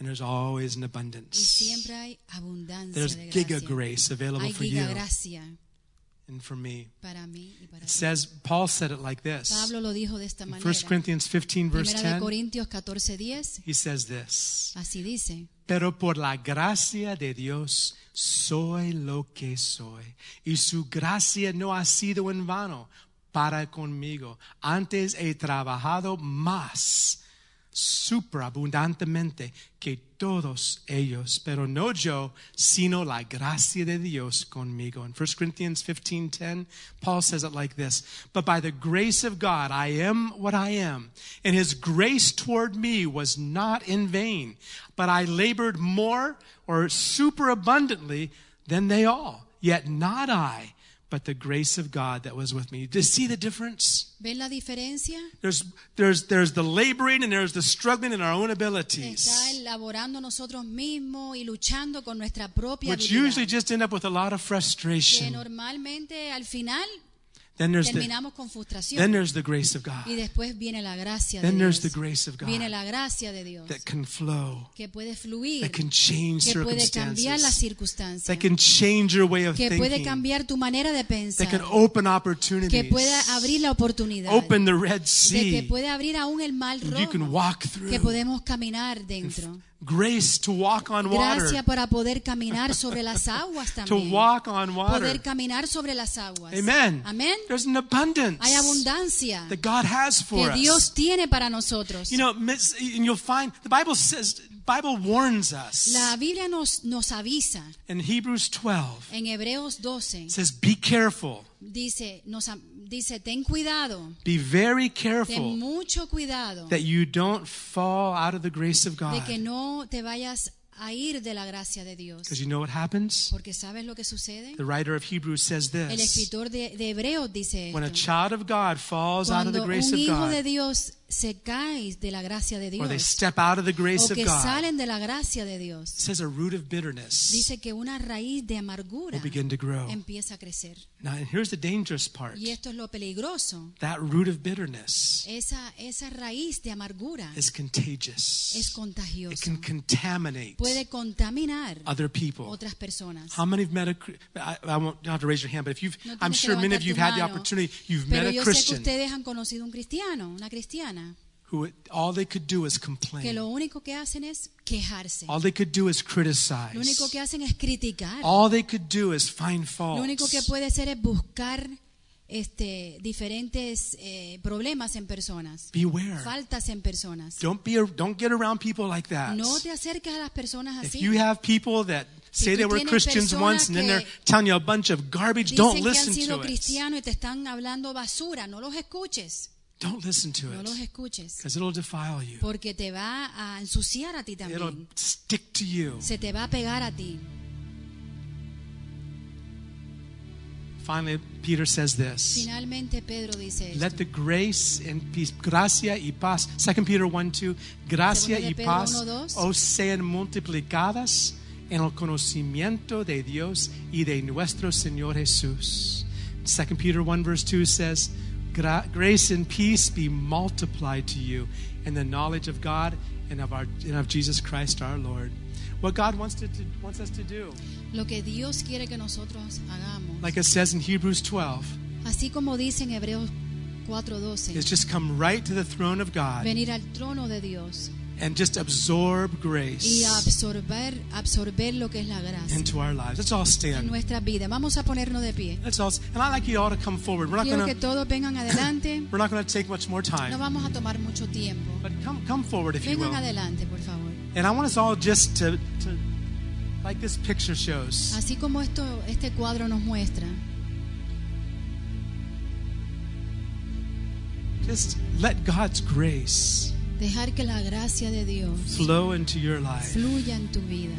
S4: And there's always
S2: Y
S4: an abundance.
S2: siempre hay abundancia
S4: There's
S2: de
S4: giga
S2: gracia.
S4: grace available
S2: Hay
S4: for you
S2: gigagracia
S4: and for me.
S2: para mí y para
S4: It
S2: ti.
S4: says Paul said it like this.
S2: Pablo lo dijo de esta
S4: In
S2: manera.
S4: 1 Corinthians 15 verse
S2: Primera de
S4: 10,
S2: Corintios 14:10,
S4: he says this.
S2: así dice.
S4: Pero por la gracia de Dios soy lo que soy. Y su gracia no ha sido en vano para conmigo. Antes he trabajado más superabundantemente que todos ellos, pero no yo, sino la gracia de Dios conmigo. In 1 Corinthians 15:10, Paul says it like this, but by the grace of God I am what I am, and his grace toward me was not in vain, but I labored more or superabundantly than they all. Yet not I, but the grace of God that was with me. Do you see the difference?
S2: ¿Ven la diferencia?
S4: There's, there's, there's the laboring and there's the struggling in our own
S2: Está
S4: abilities,
S2: elaborando nosotros mismos y luchando con nuestra propia
S4: which
S2: habilidad.
S4: usually just end up with a lot of
S2: que
S4: frustration.
S2: normalmente al final
S4: Then there's the,
S2: terminamos con
S4: then
S2: frustración
S4: there's the grace of God
S2: y después viene la gracia de
S4: Then there's
S2: Dios.
S4: the grace of God
S2: Viene la gracia de Dios
S4: that can flow,
S2: que puede fluir,
S4: that can change
S2: que puede cambiar las circunstancias,
S4: circumstances, that can change your way of
S2: que puede
S4: thinking,
S2: cambiar tu manera de
S4: that can
S2: pensar,
S4: open
S2: que
S4: opportunities,
S2: pueda abrir la oportunidad,
S4: open the Red
S2: de que
S4: Sea,
S2: puede abrir aún el mal
S4: and you can
S2: rojo,
S4: walk through.
S2: que podemos caminar dentro.
S4: Grace to walk on water,
S2: Gracias para poder caminar sobre las aguas
S4: to
S2: también.
S4: walk on water.
S2: Poder caminar sobre las aguas.
S4: Amen.
S2: Amén.
S4: There's an abundance.
S2: Hay abundancia
S4: that God has for
S2: que
S4: us.
S2: Dios tiene para nosotros.
S4: You know, miss- and you'll find the Bible says, Bible warns us
S2: La Biblia nos, nos avisa
S4: in Hebrews 12.
S2: en Hebreos 12.
S4: It says, "Be careful,
S2: Dice, nos, a- dice ten cuidado,
S4: be very
S2: ten
S4: careful
S2: mucho cuidado
S4: that you don't fall out of the grace of
S2: de que
S4: God."
S2: no te vayas a ir de la gracia de Dios.
S4: Because you know what happens.
S2: Porque ¿sabes lo que sucede?
S4: The writer of Hebrews says
S2: El
S4: this:
S2: escritor de, de Hebreos dice
S4: When a
S2: esto.
S4: child of God falls out of the
S2: Cuando
S4: grace
S2: un
S4: of
S2: hijo de
S4: God,
S2: Dios se cae de la gracia de
S4: or they
S2: Dios
S4: step out of the grace
S2: o
S4: of
S2: que
S4: God, it
S2: salen de la gracia de Dios,
S4: says a root of bitterness
S2: dice que una raíz de amargura
S4: will begin to grow.
S2: empieza a crecer.
S4: Now, and here's the dangerous part:
S2: Y esto es lo peligroso.
S4: that root of bitterness
S2: Esa, esa raíz de amargura
S4: is contagious.
S2: es
S4: It
S2: contagiosa.
S4: can contaminate
S2: Puede contaminar
S4: other people.
S2: otras personas.
S4: How many have met a? I, I won't you don't have to raise your hand, but if you've,
S2: No
S4: I'm
S2: tienes que
S4: sure many of
S2: levantar
S4: you've
S2: tu
S4: had the
S2: mano,
S4: opportunity. You've met
S2: Pero
S4: a
S2: yo sé que
S4: Christian
S2: ustedes han conocido un cristiano, una cristiana,
S4: who all they could do is
S2: que lo
S4: complain.
S2: único que hacen es quejarse.
S4: All they could do is
S2: Lo único
S4: criticize.
S2: que hacen es criticar.
S4: All they could do is find fault.
S2: Lo único que puede hacer es buscar este, diferentes eh, problemas en personas,
S4: Beware!
S2: faltas en personas.
S4: Don't be. a- Don't get around people like that.
S2: No te acerques a las personas
S4: If
S2: así.
S4: you have people that say
S2: tú
S4: they were
S2: tienes
S4: Christians
S2: personas
S4: once and then they're
S2: que
S4: telling you a bunch of garbage, don't
S2: Dicen que
S4: listen
S2: han sido
S4: to it.
S2: cristianos y te están hablando basura. No los escuches.
S4: Don't listen to
S2: No los
S4: it
S2: escuches.
S4: because it'll defile you.
S2: Porque te va a ensuciar a ti
S4: It'll
S2: también.
S4: stick to you.
S2: Se te va a pegar a ti.
S4: Finally, Peter says this.
S2: Finalmente Pedro dice esto.
S4: Let the grace and peace, gracia y paz, 2 Peter 1, 2, gracia
S2: Segunda de
S4: y
S2: Pedro
S4: paz
S2: 1:2.
S4: os sean multiplicadas en el conocimiento de Dios y de nuestro Señor Jesús. 2 Peter 1, verse 2 says, "Gra- Grace and peace be multiplied to you in the knowledge of God and of, our, and of Jesus Christ our Lord. What God wants, to, to, wants us to do,
S2: Lo que Dios quiere que nosotros hagamos.
S4: like it says in Hebrews 12,
S2: Así como dice en Hebreos
S4: is
S2: 4:12,
S4: just come right to the throne of God.
S2: venir al trono de Dios
S4: and just absorb
S2: y
S4: grace
S2: absorber absorber lo que es la gracia
S4: into our lives. Let's all
S2: en
S4: stand.
S2: nuestra vida. Vamos a ponernos de pie.
S4: Let's all, and I'd like you all to come forward. We're not
S2: Quiero que
S4: gonna,
S2: todos vengan adelante.
S4: we're not gonna take much more
S2: No
S4: time,
S2: vamos a tomar mucho tiempo.
S4: but come, come forward if you will.
S2: Vengan adelante, por favor.
S4: And I want us all just to, to like this picture shows.
S2: Así como esto este cuadro nos muestra,
S4: Just let God's grace
S2: dejar que la gracia de Dios
S4: flow into your life.
S2: fluya en tu vida.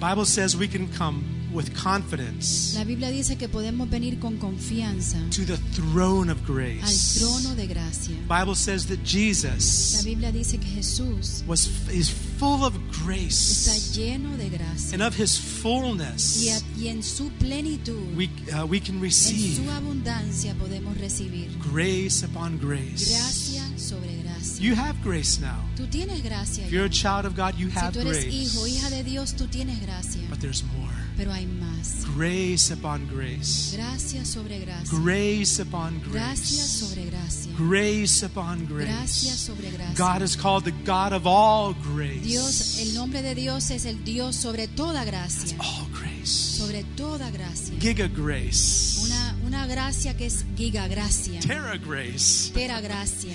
S4: Bible says we can come with confidence
S2: La Biblia dice que podemos venir con confianza
S4: to the throne of
S2: al trono
S4: grace.
S2: de gracia.
S4: Bible says that
S2: La
S4: Jesus
S2: Biblia dice que Jesús
S4: was is full of
S2: está
S4: grace,
S2: lleno de gracia
S4: and of His
S2: y,
S4: fullness.
S2: a- y en su plenitud,
S4: we, uh, we can
S2: en
S4: receive
S2: su abundancia podemos recibir
S4: grace upon grace.
S2: gracia sobre gracia.
S4: You have grace now.
S2: Tú tienes gracia.
S4: If
S2: ya.
S4: you're a child of God, you
S2: Si
S4: have
S2: tú eres hijo, hija
S4: grace.
S2: de Dios, tú tienes gracia.
S4: But there's more
S2: Pero hay más.
S4: grace upon grace,
S2: Gracia sobre gracia.
S4: grace upon
S2: Gracia
S4: grace,
S2: sobre gracia.
S4: grace upon
S2: Gracia
S4: grace.
S2: sobre gracia.
S4: God is called the God of all
S2: Dios, el
S4: grace.
S2: nombre de Dios es el Dios sobre toda gracia.
S4: All grace.
S2: Sobre toda gracia.
S4: Giga grace.
S2: Una, una gracia que es giga gracia.
S4: Terra grace.
S2: Tera gracia.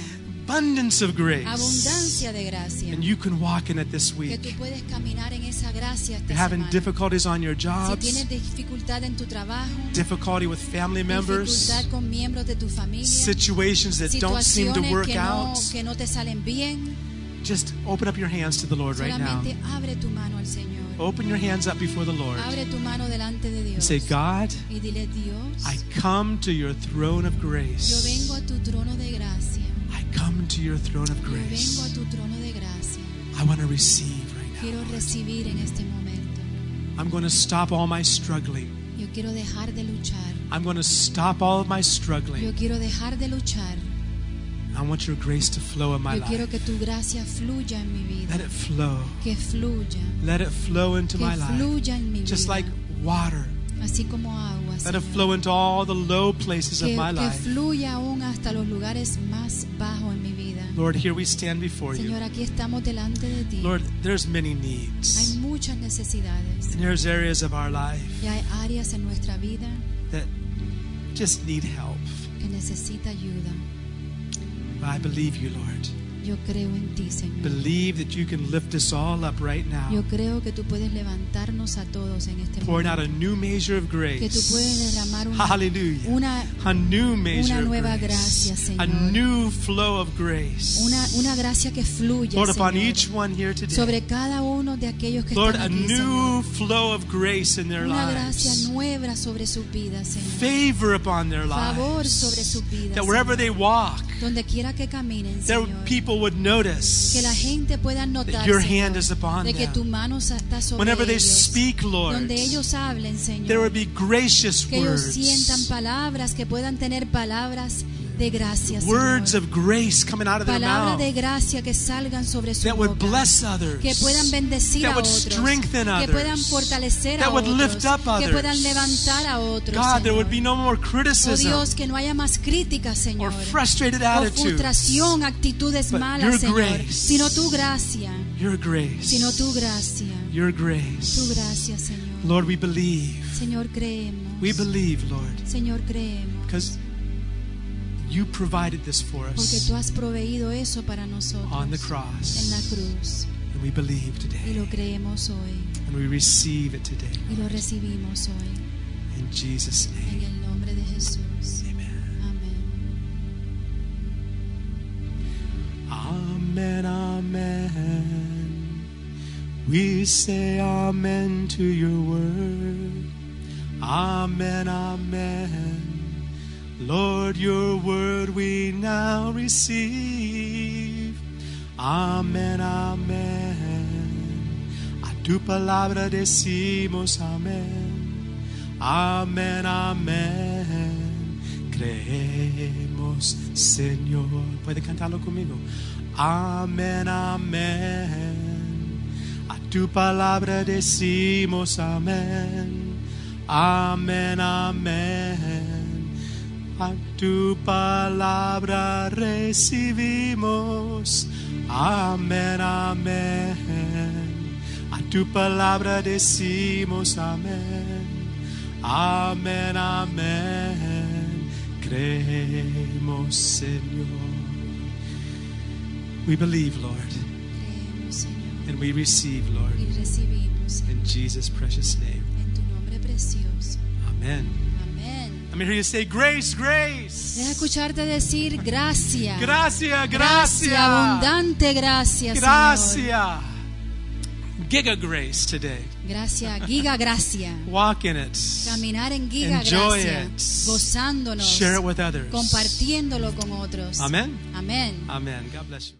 S4: Abundance of grace.
S2: Abundancia de gracia.
S4: And you can walk in it this
S2: Que tú
S4: week.
S2: puedes caminar en esa gracia esta
S4: You're having
S2: semana.
S4: difficulties on your
S2: Si
S4: jobs.
S2: tienes dificultad en tu trabajo,
S4: difficulty with family members,
S2: dificultad con miembros de tu familia,
S4: situations that don't seem to
S2: situaciones
S4: work
S2: que no,
S4: out,
S2: que no te salen bien,
S4: just open up your hands to the Lord right now.
S2: solamente abre tu mano al Señor.
S4: Open your hands up before the Lord
S2: Abre tu mano delante de
S4: and
S2: Dios.
S4: say, God,
S2: Y dile, Dios,
S4: I come to your throne of
S2: yo vengo
S4: grace.
S2: a tu trono de gracia.
S4: I come to your throne of
S2: Yo vengo a
S4: grace.
S2: tu trono de gracia.
S4: I want to receive right
S2: Quiero recibir en este momento.
S4: now. I'm going to stop all my struggling.
S2: Yo quiero dejar de luchar.
S4: I'm going to stop all of my
S2: Yo
S4: struggling.
S2: quiero dejar de luchar.
S4: I want your grace to flow in my
S2: Yo quiero
S4: life.
S2: que tu gracia fluya en mi vida.
S4: Let it flow.
S2: Que fluya.
S4: Let it flow into my
S2: Que
S4: life.
S2: fluya en mi
S4: Just
S2: vida.
S4: like water.
S2: así como agua.
S4: Let it
S2: Señor.
S4: flow into all the low places
S2: que,
S4: of my
S2: que
S4: life.
S2: fluya aún hasta los lugares más bajos en mi vida.
S4: Lord, here we stand before you.
S2: Señor, aquí estamos delante de ti.
S4: Lord, there's many
S2: hay
S4: needs.
S2: muchas necesidades
S4: And there's areas of our life
S2: y hay áreas en nuestra vida
S4: that just need help.
S2: que necesita ayuda.
S4: But I believe you, Lord.
S2: Yo creo en ti, Señor.
S4: Believe that you can lift us all up right
S2: Yo
S4: now.
S2: creo que tú puedes levantarnos a todos en este
S4: Pouring out
S2: momento.
S4: a new measure of
S2: Que tú puedes
S4: grace.
S2: derramar una,
S4: Hallelujah.
S2: una,
S4: A new measure
S2: una
S4: of
S2: nueva gracia,
S4: grace. A
S2: Señor.
S4: new flow of
S2: una,
S4: grace.
S2: una gracia que fluya
S4: Lord, upon
S2: Señor,
S4: each one here
S2: sobre
S4: today.
S2: cada uno de aquellos que
S4: Lord, a
S2: están aquí, Señor.
S4: new flow of grace in their
S2: Una gracia
S4: lives.
S2: nueva sobre sus vidas, Señor.
S4: Favor upon their
S2: Favor
S4: lives.
S2: sobre sus vidas.
S4: That
S2: Señor.
S4: wherever they walk,
S2: Donde quiera que caminen,
S4: their
S2: Señor.
S4: people would
S2: Que la
S4: notice
S2: gente pueda notar
S4: your
S2: Señor,
S4: hand is upon
S2: de que
S4: them.
S2: tu mano sa- está sobre
S4: whenever they
S2: ellos.
S4: speak, Lord,
S2: Donde ellos hablen,
S4: there
S2: Señor.
S4: would be gracious
S2: Que ellos sientan
S4: words,
S2: palabras, que puedan tener palabras de gracia,
S4: words
S2: Señor.
S4: of grace coming out of their
S2: Palabras de
S4: mouth
S2: gracia que salgan sobre su
S4: that would
S2: boca.
S4: bless others,
S2: que puedan bendecir
S4: that
S2: a
S4: would
S2: otros,
S4: strengthen
S2: que puedan
S4: others,
S2: fortalecer
S4: that
S2: a
S4: would
S2: otros,
S4: lift up
S2: que
S4: others.
S2: puedan levantar a otros.
S4: God, there would be
S2: Señor.
S4: no more
S2: oh
S4: criticism
S2: Dios, que no haya más críticas,
S4: or
S2: Señor,
S4: frustrated
S2: o
S4: attitude.
S2: frustración, actitudes
S4: But
S2: malas,
S4: your
S2: Señor,
S4: grace.
S2: sino tu gracia,
S4: Your
S2: sino tu
S4: grace,
S2: gracia,
S4: your
S2: tu
S4: grace.
S2: gracia, Señor.
S4: Lord, we believe.
S2: Señor, creemos.
S4: We believe, Lord,
S2: Señor, creemos.
S4: because you provided this for
S2: Porque tú
S4: us
S2: has proveído eso para nosotros
S4: on the
S2: en la
S4: cross.
S2: cruz.
S4: And we believe
S2: Y
S4: today.
S2: lo creemos hoy.
S4: And we receive it today.
S2: Y lo recibimos hoy.
S4: In Jesus'
S2: En
S4: name.
S2: el nombre de Jesús.
S4: Amen.
S2: Amén.
S4: Amen, amen. We say amen to your word. Amen, amen. Lord, your word we now receive. Amen, amen. A tu palabra decimos amén. Amen, amen. Creemos, Señor. Puede cantarlo conmigo. Amen, amen. A tu palabra decimos amén. Amén, amén. A tu palabra recibimos. Amén, amén. A tu palabra decimos amén. Amén, amén. Creemos, Señor. We believe, Lord,
S2: Creemos, Señor,
S4: and we receive, Lord,
S2: y recibimos Señor,
S4: in Jesus' precious name.
S2: en tu nombre precioso.
S4: Amen.
S2: Amén.
S4: Let me hear you say, Grace,
S2: Deja
S4: grace.
S2: escucharte decir gracias.
S4: Gracia,
S2: Gracia,
S4: gracia.
S2: abundante gracias. Señor.
S4: Gracia. Giga grace today.
S2: Gracias, giga gracia.
S4: Walk in it.
S2: Caminar en giga
S4: Enjoy
S2: gracia,
S4: it.
S2: gozándonos,
S4: Share it with others.
S2: compartiéndolo con otros.
S4: Amén.
S2: Amén.
S4: Amen. God bless you.